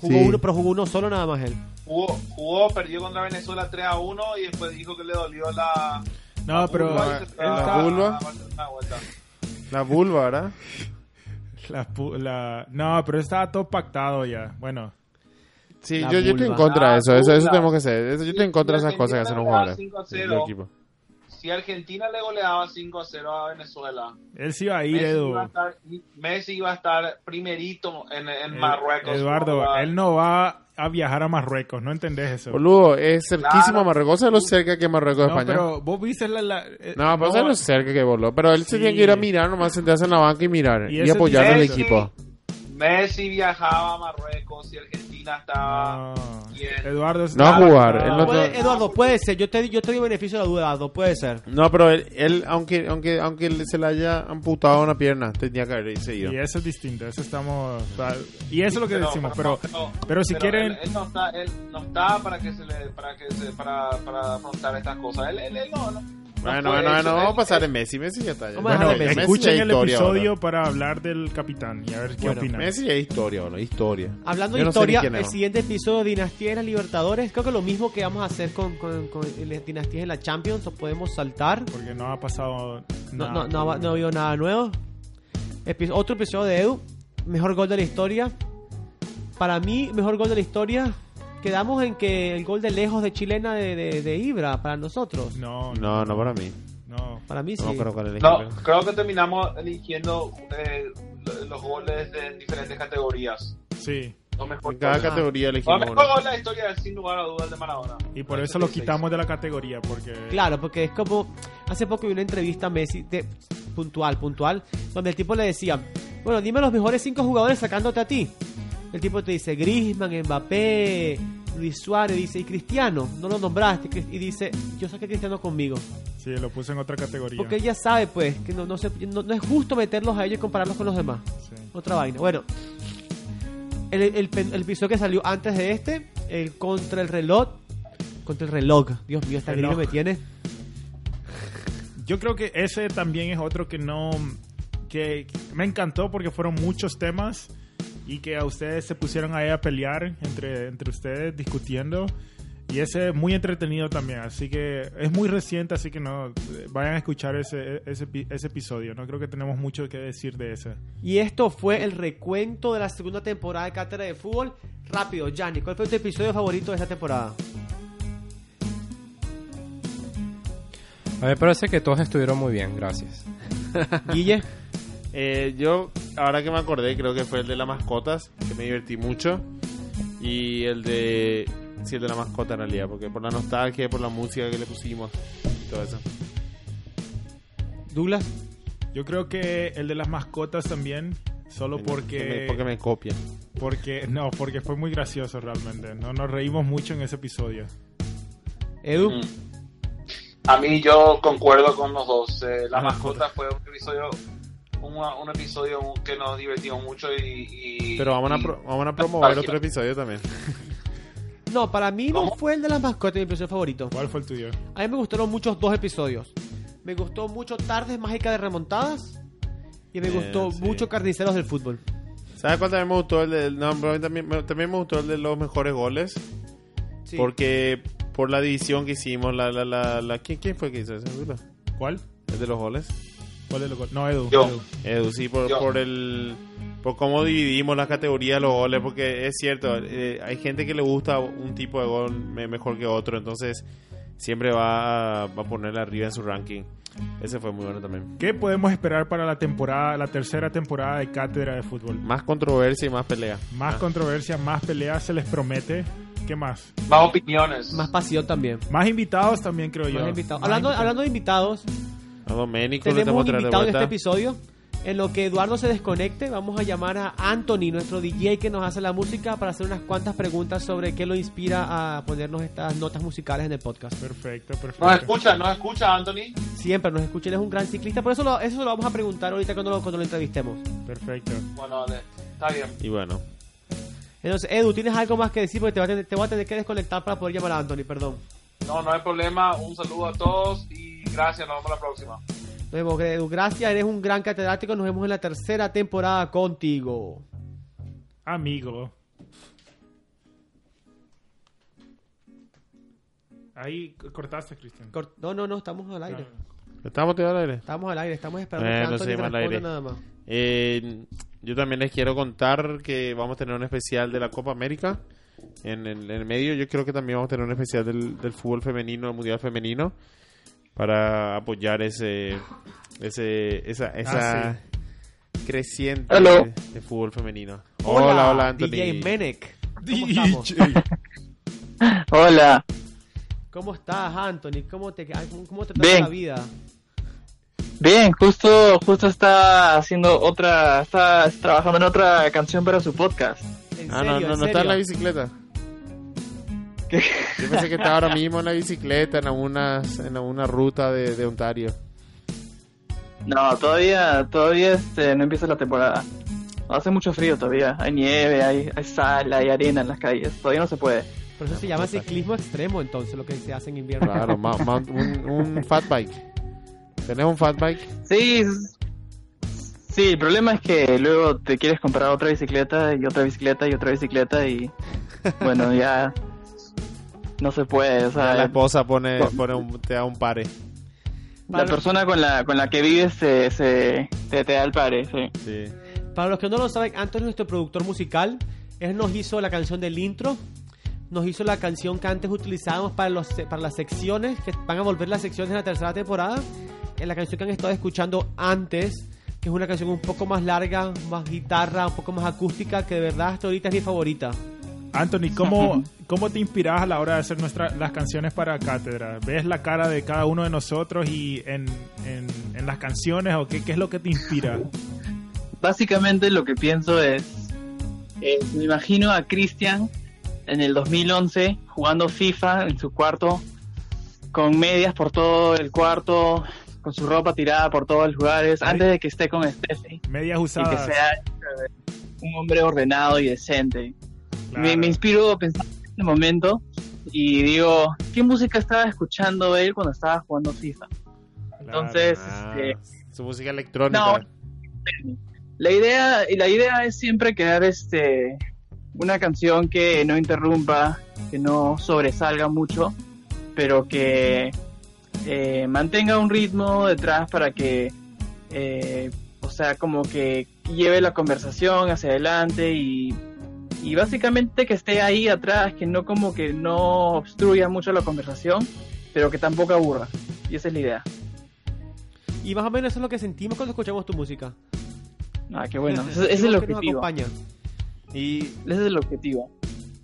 Speaker 1: Jugó
Speaker 7: Sí.
Speaker 1: uno, pero jugó uno solo nada más él.
Speaker 6: Jugó, jugó, perdió contra Venezuela 3 a 1 y después dijo que le dolió la.
Speaker 4: No, pero
Speaker 6: Uruguay,
Speaker 4: él
Speaker 6: la-
Speaker 4: está-
Speaker 7: la vulva.
Speaker 6: la vuelta.
Speaker 7: La vulva, ¿verdad?
Speaker 4: la pu- la- no, pero estaba todo pactado ya. Bueno,
Speaker 7: Sí,
Speaker 1: La
Speaker 7: yo, yo estoy en
Speaker 1: vulva.
Speaker 7: contra de eso. Eso, eso
Speaker 6: La
Speaker 7: tenemos que hacer. Eso- yo estoy en
Speaker 6: Sí,
Speaker 7: contra de
Speaker 6: la
Speaker 7: esas cosas que hacen
Speaker 6: Argentina
Speaker 7: los
Speaker 6: ganaba
Speaker 7: jugadores.
Speaker 6: 5 a
Speaker 7: del
Speaker 6: 0.
Speaker 7: equipo.
Speaker 6: Si Argentina le goleaba 5 a 0 a Venezuela,
Speaker 4: él sí iba a ir,
Speaker 6: Messi
Speaker 4: Edu.
Speaker 6: iba, a estar, Messi iba a estar primerito en, en
Speaker 4: El-
Speaker 6: Marruecos.
Speaker 4: Eh, Eduardo,
Speaker 6: ¿no?
Speaker 4: él no va a viajar a Marruecos, no entendés eso.
Speaker 7: Boludo, es cerquísimo
Speaker 6: Claro.
Speaker 7: a Marruecos. ¿Sabes lo cerca que es Marruecos de
Speaker 4: No,
Speaker 7: España?
Speaker 4: pero vos viste la... la- eh,
Speaker 7: No, pero ¿sabes lo cerca que voló. Pero él se
Speaker 4: Sí.
Speaker 7: tiene que ir a mirar, nomás sentarse en la banca y mirar.
Speaker 4: Y
Speaker 7: Y,
Speaker 4: eso
Speaker 7: apoyar al
Speaker 6: Messi-
Speaker 7: equipo.
Speaker 6: Messi viajaba a Marruecos y Argentina estaba.
Speaker 4: no.
Speaker 6: Bien.
Speaker 4: Eduardo
Speaker 7: No va a jugar.
Speaker 4: Ah.
Speaker 7: Él no-
Speaker 1: Puede- Eduardo, puede ser. Yo te, yo te digo beneficio de la duda, Eduardo. Puede ser.
Speaker 7: No, pero él, él, aunque, aunque, aunque él se le haya amputado una pierna, tenía que haber seguido.
Speaker 4: Y eso es distinto, eso estamos... o sea, Y eso es lo que decimos, pero...
Speaker 6: pero,
Speaker 4: pero si quieren-
Speaker 6: él, él no está él no está para que se le para que se, para, para afrontar estas cosas él, él, él no, no Eh,
Speaker 7: Bueno, bueno, bueno, vamos a pasar en Messi. Messi ya está. Ya.
Speaker 1: Vamos a
Speaker 4: Bueno,
Speaker 1: dejar de Messi.
Speaker 7: Messi
Speaker 4: escuchen
Speaker 7: ya
Speaker 4: el
Speaker 7: historia
Speaker 4: episodio para hablar del capitán y a ver qué
Speaker 1: Bueno,
Speaker 4: opinan.
Speaker 7: ahora. Messi ya es historia, ahora, Historia.
Speaker 1: Hablando
Speaker 7: Yo
Speaker 1: de
Speaker 7: no sé ni
Speaker 1: historia,
Speaker 7: quién es,
Speaker 1: el
Speaker 7: ¿no?
Speaker 1: siguiente episodio de Dinastía en la Libertadores, creo que lo mismo que vamos a hacer con, con, con el- Dinastías en la Champions, o podemos saltar.
Speaker 4: Porque no ha pasado
Speaker 1: No,
Speaker 4: nada.
Speaker 1: no, no, ha- no ha habido nada nuevo. Epi- otro episodio de Edu, mejor gol de la historia. Para mí, mejor gol de la historia, quedamos en que el gol de lejos de Chilena de, de, de Ibra, para nosotros.
Speaker 4: No, no,
Speaker 7: No, no para mí.
Speaker 4: no.
Speaker 1: Para mí sí.
Speaker 7: No creo que le
Speaker 6: no creo que terminamos eligiendo eh, lo- los goles de diferentes categorías
Speaker 4: Sí,
Speaker 6: los
Speaker 7: En
Speaker 6: mejores
Speaker 7: cada
Speaker 6: goles.
Speaker 7: categoría
Speaker 6: Los
Speaker 7: elegimos
Speaker 6: mejores
Speaker 7: uno.
Speaker 6: goles de la historia es sin lugar a dudas el de Maradona
Speaker 4: y por eso lo quitamos de la categoría, porque...
Speaker 1: Claro, porque es como. Hace poco vi una entrevista a Messi, de, puntual, puntual, donde el tipo le decía: Bueno, dime los mejores cinco jugadores sacándote a ti. El tipo te dice: Grisman, Mbappé, Luis Suárez, dice, y Cristiano, no lo nombraste. Cris- Y dice: Yo saqué a Cristiano conmigo.
Speaker 4: Sí, lo puse en otra categoría.
Speaker 1: Porque ella sabe, pues, que no, no, se- no- no es justo meterlos a ellos y compararlos con los demás.
Speaker 4: Sí.
Speaker 1: Otra vaina. Bueno, el, el, pen- el episodio que salió antes de este, el contra el reloj. Contra el reloj. Dios mío, esta
Speaker 4: Reloj.
Speaker 1: grito me tiene.
Speaker 4: Yo creo que ese también es otro que no. que me encantó porque fueron muchos temas y que a ustedes se pusieron ahí a pelear entre, entre ustedes discutiendo. Y ese es muy entretenido también, así que es muy reciente, así que no vayan a escuchar ese, ese, epi- ese episodio. No creo que tenemos mucho que decir de ese.
Speaker 1: Y esto fue el recuento de la segunda temporada de Cátedra de Fútbol. Rápido, Gianni, ¿cuál fue tu episodio favorito de esta temporada?
Speaker 2: A mí me parece que todos estuvieron muy bien, gracias.
Speaker 1: Guille,
Speaker 7: Eh, yo, ahora que me acordé, creo que fue el de las mascotas, que me divertí mucho. Y el de. Sí, el de la mascota en realidad, porque por la nostalgia, por la música que le pusimos, y todo eso.
Speaker 1: Douglas,
Speaker 4: Yo creo que el de las mascotas también, solo porque.
Speaker 7: Que me- porque me copian.
Speaker 4: porque no, porque fue muy gracioso realmente. No nos reímos mucho en ese episodio.
Speaker 1: Edu.
Speaker 6: Mm. A mí yo concuerdo con los dos. Eh, la mascota fue un episodio un, un episodio que nos divertimos mucho y, y-
Speaker 7: Pero vamos a,
Speaker 6: y-
Speaker 7: pro- vamos a promover
Speaker 6: nostalgia.
Speaker 7: otro episodio también.
Speaker 1: No, para mí no
Speaker 6: ¿Cómo?
Speaker 1: fue el de las mascotas mi episodio favorito.
Speaker 4: ¿Cuál fue el tuyo?
Speaker 1: A mí me gustaron muchos dos episodios. Me gustó mucho Tardes Mágicas de Remontadas. Y me
Speaker 7: Eh,
Speaker 1: gustó
Speaker 7: sí.
Speaker 1: mucho Carniceros del Fútbol.
Speaker 7: ¿Sabes cuál también me gustó? El de, no, pero también, me- también me gustó el de los mejores goles.
Speaker 1: Sí.
Speaker 7: Porque por la división que hicimos, la, la, la, la- ¿quién, ¿quién fue que hizo ese? Dula?
Speaker 4: ¿Cuál?
Speaker 7: El de los goles.
Speaker 4: ¿Cuál es el gol? No, Edu.
Speaker 6: Yo.
Speaker 4: Edu.
Speaker 7: Edu, sí, por,
Speaker 6: Yo.
Speaker 7: por el por cómo dividimos las categorías de los goles, porque es cierto, eh, hay gente que le gusta un tipo de gol me- mejor que otro, entonces siempre va a, va a ponerle arriba en su ranking. Ese fue muy bueno también.
Speaker 4: ¿Qué podemos esperar para la temporada, la tercera temporada de Cátedra de Fútbol?
Speaker 7: Más controversia y más pelea.
Speaker 4: Más
Speaker 1: Ah.
Speaker 4: controversia, más peleas se les promete. ¿Qué más?
Speaker 6: Más opiniones.
Speaker 1: Más pasión también.
Speaker 4: Más invitados también, creo yo.
Speaker 1: Más invitados.
Speaker 4: Más
Speaker 1: Hablando,
Speaker 4: invitados.
Speaker 1: hablando de invitados,
Speaker 7: A Doménico le
Speaker 1: tenemos
Speaker 7: estamos
Speaker 1: un
Speaker 7: trayendo
Speaker 1: invitado
Speaker 7: de
Speaker 1: en este
Speaker 7: vuelta.
Speaker 1: episodio. En lo que Eduardo se desconecte, vamos a llamar a Anthony, nuestro DJ que nos hace la música, para hacer unas cuantas preguntas sobre qué lo inspira a ponernos estas notas musicales en el podcast.
Speaker 4: Perfecto, perfecto.
Speaker 6: Nos escucha, nos escucha, Anthony.
Speaker 1: Siempre nos escuchen, es un gran ciclista. Por eso lo, eso se lo vamos a preguntar ahorita cuando lo, cuando lo entrevistemos.
Speaker 4: Perfecto.
Speaker 6: Bueno, de- está bien.
Speaker 7: Y bueno,
Speaker 1: Entonces, Edu, ¿tienes algo más que decir? Porque te, va a tener- te voy a tener que desconectar para poder llamar a Anthony, perdón.
Speaker 6: No, no hay problema. Un saludo a todos y gracias. Nos vemos la próxima.
Speaker 1: Nos vemos, Edu. Gracias, eres un gran catedrático. Nos vemos en la tercera temporada contigo.
Speaker 4: Amigo. Ahí c- cortaste, Cristian.
Speaker 1: Cor- No, no, no, estamos al aire.
Speaker 7: estamos todavía al aire.
Speaker 1: Estamos al aire, estamos esperando
Speaker 7: Eh,
Speaker 1: que
Speaker 7: no
Speaker 1: Anthony
Speaker 7: se llama al
Speaker 1: responda
Speaker 7: aire.
Speaker 1: nada más.
Speaker 7: Eh, yo también les quiero contar que vamos a tener un especial de la Copa América en el, en el medio. Yo creo que también vamos a tener un especial del, del fútbol femenino, del mundial femenino, para apoyar ese, ese, esa, esa creciente
Speaker 3: Hello.
Speaker 7: de, de fútbol femenino. Hola, hola, Anthony.
Speaker 1: DJ Menek. ¿Cómo estamos?
Speaker 3: Hola,
Speaker 1: ¿Cómo estás, Anthony? ¿Cómo te, ay, cómo- cómo te trata
Speaker 3: Bien.
Speaker 1: la vida?
Speaker 3: bien, justo, justo está haciendo otra, está trabajando en otra canción para su podcast.
Speaker 1: En
Speaker 7: Ah,
Speaker 1: serio,
Speaker 7: no, no,
Speaker 1: en
Speaker 7: no está en la
Speaker 1: serio.
Speaker 7: bicicleta. Yo pensé que estaba ahora mismo en la bicicleta, en alguna, en alguna ruta de, de Ontario.
Speaker 3: No, todavía, todavía este, no empieza la temporada. Hace mucho frío todavía, hay nieve, hay, hay sal, hay arena en las calles, todavía no se puede.
Speaker 1: Por eso se llama ciclismo extremo, entonces, lo que se hace en invierno.
Speaker 7: Claro, ma- ma- un, un fat bike. ¿Tenés un fat bike?
Speaker 3: Sí, s- sí, el problema es que luego te quieres comprar otra bicicleta y otra bicicleta y otra bicicleta y bueno, ya no se puede, o sea,
Speaker 7: la
Speaker 3: la,
Speaker 7: esposa pone, pone un- te da un pare.
Speaker 3: persona con la, con la que vives se, se- te, te da el pare, sí.
Speaker 7: Sí.
Speaker 1: Para los que no lo saben, Anthony es nuestro productor musical. Él nos hizo la canción del intro. Nos hizo la canción que antes utilizábamos para, los, para las secciones, que van a volver las secciones en la tercera temporada. Es la canción que han estado escuchando antes, que es una canción un poco más larga, más guitarra, un poco más acústica, que de verdad hasta ahorita es mi favorita.
Speaker 4: Anthony, ¿cómo, ¿cómo te inspiras a la hora de hacer nuestras las canciones para Cátedra? ¿Ves la cara de cada uno de nosotros y en, en, en las canciones o qué, qué es lo que te inspira?
Speaker 3: Básicamente lo que pienso es, eh, me imagino a Cristian en el 2011 jugando FIFA en su cuarto, con medias por todo el cuarto, con su ropa tirada por todos los lugares, Pues
Speaker 4: Ay.
Speaker 3: antes de que esté con Steffi.
Speaker 4: Medias
Speaker 3: y que
Speaker 4: usadas.
Speaker 3: sea eh, un hombre ordenado y decente.
Speaker 4: Claro.
Speaker 3: Me, me inspiro pensando en este momento y digo, ¿qué música estaba escuchando él cuando estaba jugando FIFA?
Speaker 4: Claro.
Speaker 3: Entonces,
Speaker 7: Ah,
Speaker 3: este,
Speaker 7: su música electrónica.
Speaker 3: No. la idea y la idea es siempre crear este una canción que no interrumpa, que no sobresalga mucho, pero que eh, mantenga un ritmo detrás para que, eh, o sea, como que lleve la conversación hacia adelante y, y básicamente que esté ahí atrás, que no como que no obstruya mucho la conversación, pero que tampoco aburra. Y esa es la idea.
Speaker 1: Y más o menos eso es lo que sentimos cuando escuchamos tu música.
Speaker 3: Ah, qué bueno. Ese, ese es el
Speaker 1: Sentimos que nos
Speaker 3: objetivo.
Speaker 1: acompaña.
Speaker 7: Y
Speaker 3: Ese es el objetivo.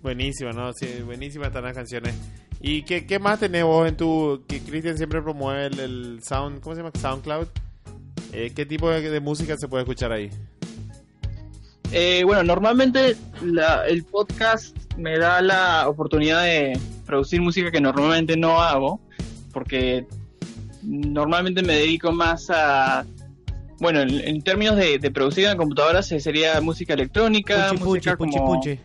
Speaker 7: buenísima, ¿no? Sí, buenísimas están las canciones. eh. ¿Y qué, qué más tenés vos en tu... que Cristian siempre promueve el, el sound... ¿Cómo se llama? SoundCloud. Eh, ¿Qué tipo de, de música se puede escuchar ahí?
Speaker 3: Eh, bueno, normalmente la- el podcast me da la oportunidad de producir música que normalmente no hago, porque normalmente me dedico más a... Bueno, en, en términos de, de producir en la computadora se- sería música electrónica,
Speaker 1: Punchi, punchi,
Speaker 3: música
Speaker 1: punchi,
Speaker 3: como...
Speaker 1: punchi.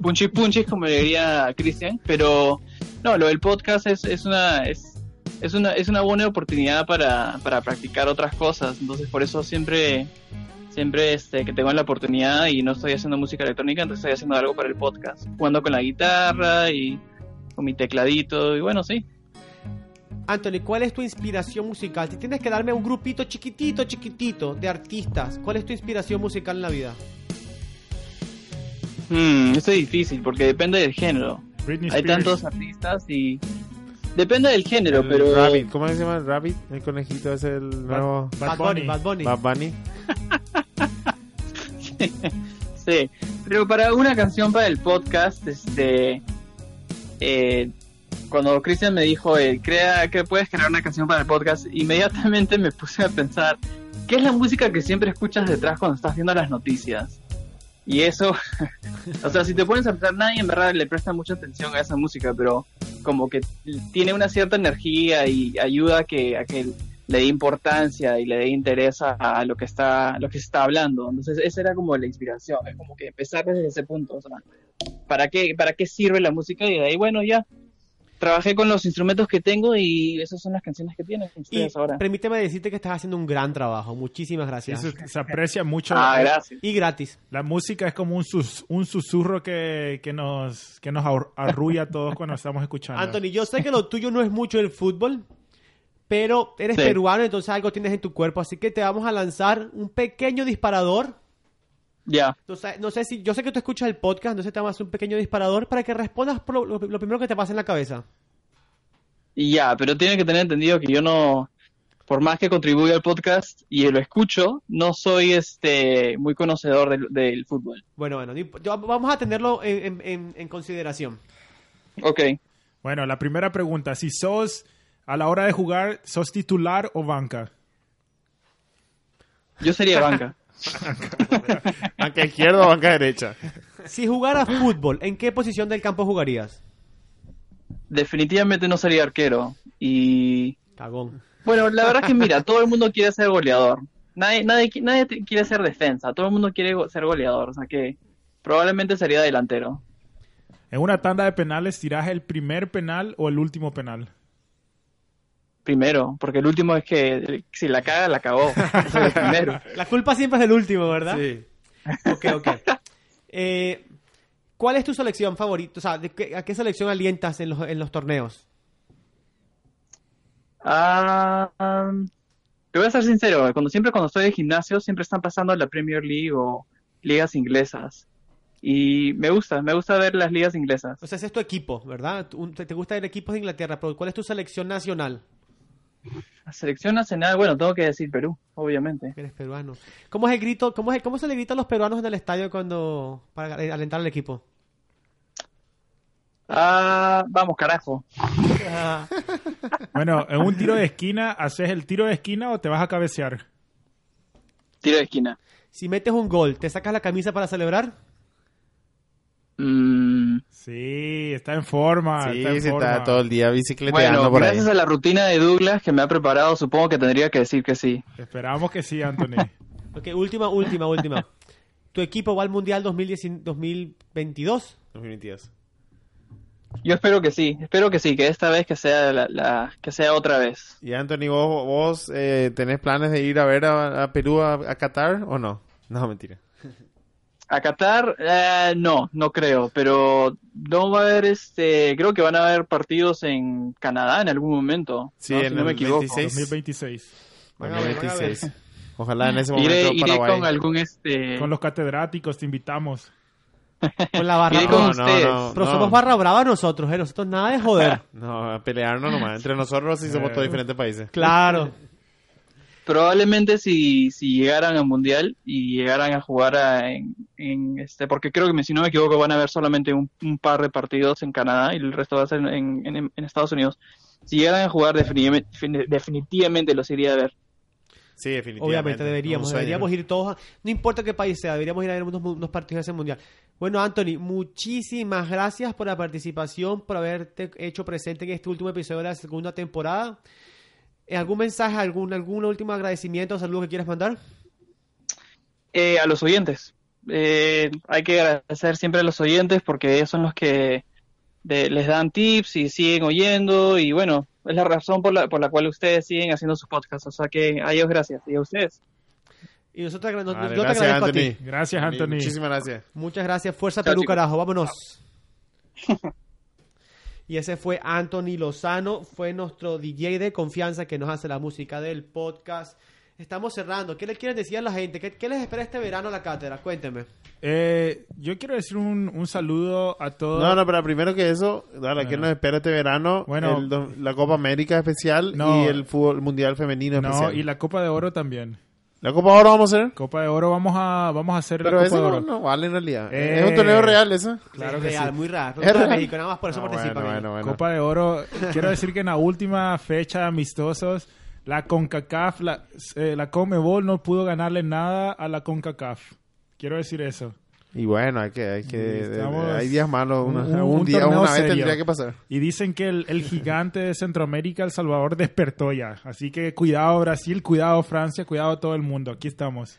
Speaker 3: punchi punchis, como le diría Cristian, pero no, lo del podcast es, es una es, es una es una buena oportunidad para, para practicar otras cosas, entonces por eso siempre siempre este que tengo la oportunidad y no estoy haciendo música electrónica, entonces estoy haciendo algo para el podcast, jugando con la guitarra y con mi tecladito y bueno, sí.
Speaker 1: Anthony, ¿cuál es tu inspiración musical? Si tienes que darme un grupito chiquitito, chiquitito de artistas, ¿cuál es tu inspiración musical en la vida?
Speaker 3: Hmm, esto es difícil porque depende del género.
Speaker 4: Britney
Speaker 3: Hay
Speaker 4: Spears.
Speaker 3: tantos artistas y. Depende del género,
Speaker 7: El
Speaker 3: pero.
Speaker 7: Rabbit, ¿cómo se llama el Rabbit? El conejito es el nuevo
Speaker 4: Bad Bunny.
Speaker 1: Bad Bunny.
Speaker 7: Bad Bunny.
Speaker 3: Sí, pero para una canción para el podcast, este, eh, cuando Cristian me dijo, eh, crea que puedes crear una canción para el podcast, inmediatamente me puse a pensar, ¿qué es la música que siempre escuchas detrás cuando estás viendo las noticias? Y eso, o sea, si te pones a pensar, nadie en verdad le presta mucha atención a esa música, pero como que tiene una cierta energía y ayuda a que, a que le dé importancia y le dé interés a, a lo que está a lo que se está hablando. Entonces, esa era como la inspiración, es como que empezar desde ese punto, o sea, ¿para qué para qué sirve la música? Y de ahí bueno, ya trabajé con los instrumentos que tengo y esas son las canciones que tienen
Speaker 1: Y
Speaker 3: ustedes ahora.
Speaker 1: permíteme decirte que estás haciendo un gran trabajo. Muchísimas gracias.
Speaker 4: Eso se aprecia mucho. Eh,
Speaker 3: Ah, gracias.
Speaker 1: Y gratis.
Speaker 4: La música es como un, sus- un susurro que, que nos, que nos ar- arrulla a todos cuando estamos escuchando.
Speaker 1: Anthony, yo sé que lo tuyo no es mucho el fútbol, pero eres
Speaker 3: Sí.
Speaker 1: peruano, entonces algo tienes en tu cuerpo. Así que te vamos a lanzar un pequeño disparador.
Speaker 3: Ya.
Speaker 1: No sé, no sé si, yo sé que tú escuchas el podcast, entonces te vamos a hacer un pequeño disparador para que respondas por lo, lo primero que te pasa en la cabeza.
Speaker 3: Y ya, pero tienen que tener entendido que yo no por más que contribuya al podcast y lo escucho, no soy este muy conocedor del, del fútbol.
Speaker 1: Bueno, bueno, no imp- yo- vamos a tenerlo en, en- en- en consideración.
Speaker 3: Ok.
Speaker 4: Bueno, la primera pregunta, si sos a la hora de jugar, ¿sos titular o banca?
Speaker 3: Yo sería banca.
Speaker 7: Banca izquierda o banca derecha.
Speaker 1: Si jugaras fútbol, ¿en qué posición del campo jugarías?
Speaker 3: definitivamente no sería arquero. Y
Speaker 1: Cagón.
Speaker 3: bueno, la verdad que mira, todo el mundo quiere ser goleador. Nadie, nadie, qui- nadie te- quiere ser defensa. Todo el mundo quiere go- ser goleador. O sea que probablemente sería delantero.
Speaker 4: En una tanda de penales, ¿tirás el primer penal o el último penal?
Speaker 3: Primero, porque el último es que si la caga, la cagó. Oh, Eso es lo primero.
Speaker 1: La culpa siempre es del último, ¿verdad?
Speaker 9: Sí.
Speaker 1: Ok, ok. Eh, ¿Cuál es tu selección favorita? O sea, ¿de qué- ¿a qué selección alientas en los, en los torneos?
Speaker 3: Ah, um, te voy a ser sincero. Cuando, siempre cuando estoy de gimnasio, siempre están pasando la Premier League o ligas inglesas. Y me gusta, me gusta ver las ligas inglesas.
Speaker 1: O sea, ese es tu equipo, ¿verdad? Tú- un- te te gusta el equipo de Inglaterra, pero ¿cuál es tu selección nacional?
Speaker 3: La selección nacional, bueno, tengo que decir Perú, obviamente.
Speaker 1: Eres peruano. ¿Cómo es el grito? ¿Cómo, es el- cómo se le gritan los peruanos en el estadio cuando para eh, alentar al equipo?
Speaker 3: Ah, vamos, carajo.
Speaker 1: Ah,
Speaker 4: Bueno, en un tiro de esquina, ¿haces el tiro de esquina o te vas a cabecear?
Speaker 3: Tiro de esquina.
Speaker 1: Si metes un gol, ¿te sacas la camisa para celebrar?
Speaker 3: Mm,
Speaker 4: Sí, está en forma. Ah, está
Speaker 7: Sí,
Speaker 4: en
Speaker 7: se
Speaker 4: forma.
Speaker 7: está todo el día bicicleteando
Speaker 3: bueno,
Speaker 7: por ahí.
Speaker 3: gracias a la rutina de Douglas que me ha preparado, supongo que tendría que decir que sí.
Speaker 4: Esperamos que sí, Anthony.
Speaker 1: Ok, última, última, última. ¿Tu equipo va al Mundial 2019 2022?
Speaker 7: 2022.
Speaker 3: Yo espero que sí, espero que sí, que esta vez que sea la, la- que sea otra vez.
Speaker 7: Y Anthony, ¿vos, vos eh, tenés planes de ir a ver a, a Perú, a, a Qatar o no? No, mentira.
Speaker 3: A Qatar, eh, no, no creo, pero no va a haber este, creo que van a haber partidos en Canadá en algún momento.
Speaker 7: Sí,
Speaker 3: ¿no? Si
Speaker 7: en
Speaker 3: no me
Speaker 7: el
Speaker 3: equivoco.
Speaker 7: 26.
Speaker 4: 2026.
Speaker 1: Van a ver, van a ver.
Speaker 7: 2026. Ojalá en ese momento
Speaker 3: Iré, iré
Speaker 7: Paraguay.
Speaker 3: con algún este,
Speaker 4: Con los catedráticos te invitamos.
Speaker 1: Con la barra
Speaker 3: iré
Speaker 1: brava.
Speaker 3: con
Speaker 7: No, no,
Speaker 3: ustedes.
Speaker 7: no.
Speaker 1: Pero somos barra brava nosotros, ¿eh? Nosotros nada de joder.
Speaker 7: No, a pelearnos nomás. Entre nosotros sí somos
Speaker 4: Eh.
Speaker 7: todos diferentes países.
Speaker 1: Claro.
Speaker 3: Probablemente si, si llegaran al mundial y llegaran a jugar a- en, en este, porque creo que me- si no me equivoco van a haber solamente un, un par de partidos en Canadá y el resto va a ser en, en- en Estados Unidos. Si llegaran a jugar definitivamente, definitivamente los iría a ver.
Speaker 7: Sí, definitivamente.
Speaker 1: Obviamente deberíamos,
Speaker 7: Un sueño.
Speaker 1: deberíamos ir todos, a- no importa qué país sea, deberíamos ir a ver unos, mu- unos partidos de ese mundial. Bueno, Anthony, muchísimas gracias por la participación, por haberte hecho presente en este último episodio de la segunda temporada. Eh, ¿Algún mensaje, algún, algún último agradecimiento o saludo que quieras mandar?
Speaker 3: Eh, a los oyentes. Eh, hay que agradecer siempre a los oyentes porque ellos son los que de- les dan tips y siguen oyendo y bueno, es la razón por la, por la cual ustedes siguen haciendo sus podcasts. O sea que a ellos gracias y a ustedes.
Speaker 1: Y nosotros agra- yo
Speaker 7: Vale,
Speaker 1: te
Speaker 7: gracias,
Speaker 1: agradezco a ti.
Speaker 7: Anthony.
Speaker 4: Gracias, Anthony.
Speaker 7: Muchísimas gracias.
Speaker 1: Muchas gracias, fuerza
Speaker 3: Chao,
Speaker 1: Perú,
Speaker 3: chicos.
Speaker 1: carajo, vámonos. Y ese fue Anthony Lozano, fue nuestro DJ de confianza que nos hace la música del podcast. Estamos cerrando. ¿Qué le quieres decir a la gente? ¿Qué, qué les espera este verano a la cátedra? Cuénteme.
Speaker 4: Eh, yo quiero decir un, un saludo a todos.
Speaker 7: No, no, pero primero que eso, dale,
Speaker 4: Bueno.
Speaker 7: ¿qué nos espera este verano?
Speaker 4: Bueno.
Speaker 7: El do- la Copa América especial
Speaker 4: No.
Speaker 7: y el fútbol mundial femenino
Speaker 4: No,
Speaker 7: especial.
Speaker 4: y la Copa de Oro también.
Speaker 7: La Copa ahora vamos a hacer.
Speaker 4: Copa de Oro vamos a, vamos a hacer
Speaker 7: Pero
Speaker 4: la Copa
Speaker 7: eso
Speaker 4: de
Speaker 7: no,
Speaker 4: Oro.
Speaker 7: no vale en realidad.
Speaker 4: Eh.
Speaker 7: Es un torneo real eso.
Speaker 4: Claro
Speaker 1: es
Speaker 4: que
Speaker 1: real,
Speaker 4: sí.
Speaker 1: muy raro.
Speaker 7: Es real.
Speaker 1: México, nada más por eso
Speaker 7: Ah, bueno,
Speaker 1: participan.
Speaker 7: bueno, bueno.
Speaker 4: Copa de Oro. Quiero decir que en la última fecha de amistosos, la CONCACAF, la, eh, la COMEBOL no pudo ganarle nada a la CONCACAF. Quiero decir eso.
Speaker 7: Y bueno, hay que, hay que,
Speaker 4: Estamos-
Speaker 7: hay días malos, una-
Speaker 4: un-
Speaker 7: un
Speaker 4: un
Speaker 7: día,
Speaker 4: torneo
Speaker 7: una vez
Speaker 4: serio.
Speaker 7: tendría que pasar.
Speaker 4: Y dicen que el, el gigante de Centroamérica, El Salvador, despertó ya. Así que cuidado Brasil, cuidado Francia, cuidado todo el mundo. Aquí estamos.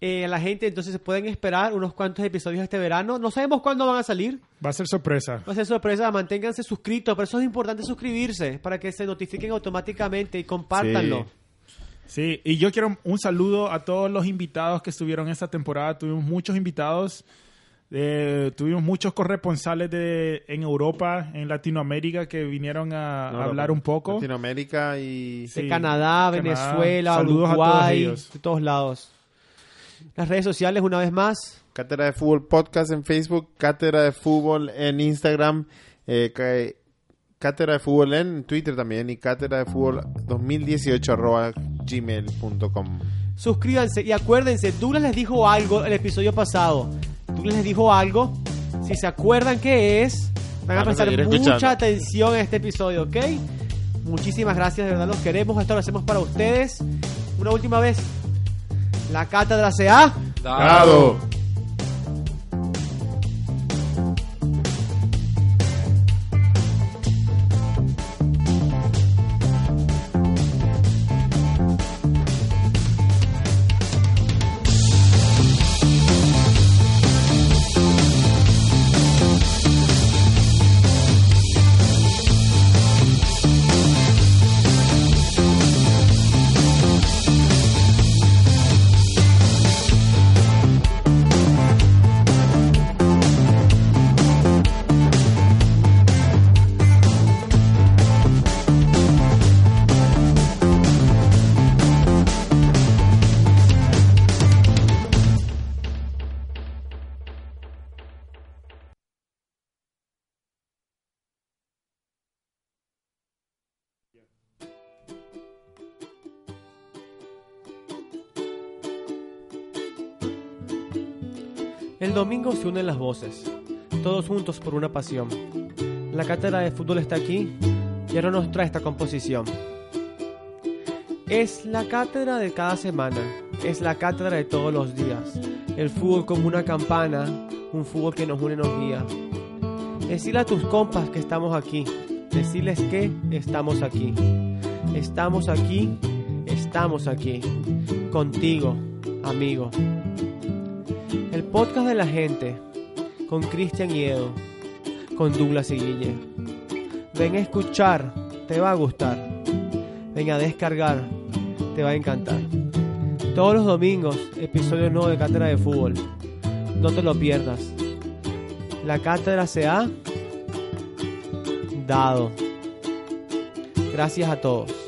Speaker 1: Eh, la gente, entonces, se pueden esperar unos cuantos episodios este verano. No sabemos cuándo van a salir.
Speaker 4: Va a ser sorpresa.
Speaker 1: Va a ser sorpresa. Manténganse suscritos. Por eso es importante suscribirse para que se notifiquen automáticamente y compártanlo.
Speaker 7: Sí.
Speaker 4: Sí, y yo quiero un saludo a todos los invitados que estuvieron esta temporada. Tuvimos muchos invitados, eh, tuvimos muchos corresponsales de, en Europa, en Latinoamérica, que vinieron a
Speaker 7: No,
Speaker 4: hablar
Speaker 7: no,
Speaker 4: un poco.
Speaker 7: Latinoamérica y
Speaker 1: De
Speaker 4: Sí,
Speaker 1: Canadá,
Speaker 4: Canadá.
Speaker 1: Venezuela,
Speaker 4: Saludos a todos
Speaker 1: Uruguay,
Speaker 4: ellos.
Speaker 1: de todos lados. Las redes sociales, una vez más.
Speaker 7: Cátedra de Fútbol Podcast en Facebook, Cátedra de Fútbol en Instagram, eh, ca- Cátedra de Fútbol en Twitter también y Cátedra de Fútbol 2018 arroba gmail.com.
Speaker 1: Suscríbanse y acuérdense, Douglas les dijo algo el episodio pasado. Douglas les dijo algo. Si se acuerdan qué es, van a
Speaker 7: Van a
Speaker 1: prestar
Speaker 7: seguir
Speaker 1: mucha
Speaker 7: escuchando.
Speaker 1: atención a este episodio, ¿ok? Muchísimas gracias, de verdad los queremos. Esto lo hacemos para ustedes. Una última vez. La cátedra se ha.
Speaker 7: ¡Claro!
Speaker 1: El domingo se unen las voces, todos juntos por una pasión. La cátedra de fútbol está aquí y ahora nos trae esta composición. Es la cátedra de cada semana, es la cátedra de todos los días. El fútbol como una campana, un fútbol que nos une y nos guía. Decirle a tus compas que estamos aquí, decirles que estamos aquí. Estamos aquí, estamos aquí. Contigo, amigo. El podcast de la gente con Cristian y Edo, con Douglas y Guille. Ven a escuchar, te va a gustar. Ven a descargar, te va a encantar. Todos los domingos, episodio nuevo de Cátedra de Fútbol. No te lo pierdas. La cátedra se ha dado. Gracias a todos.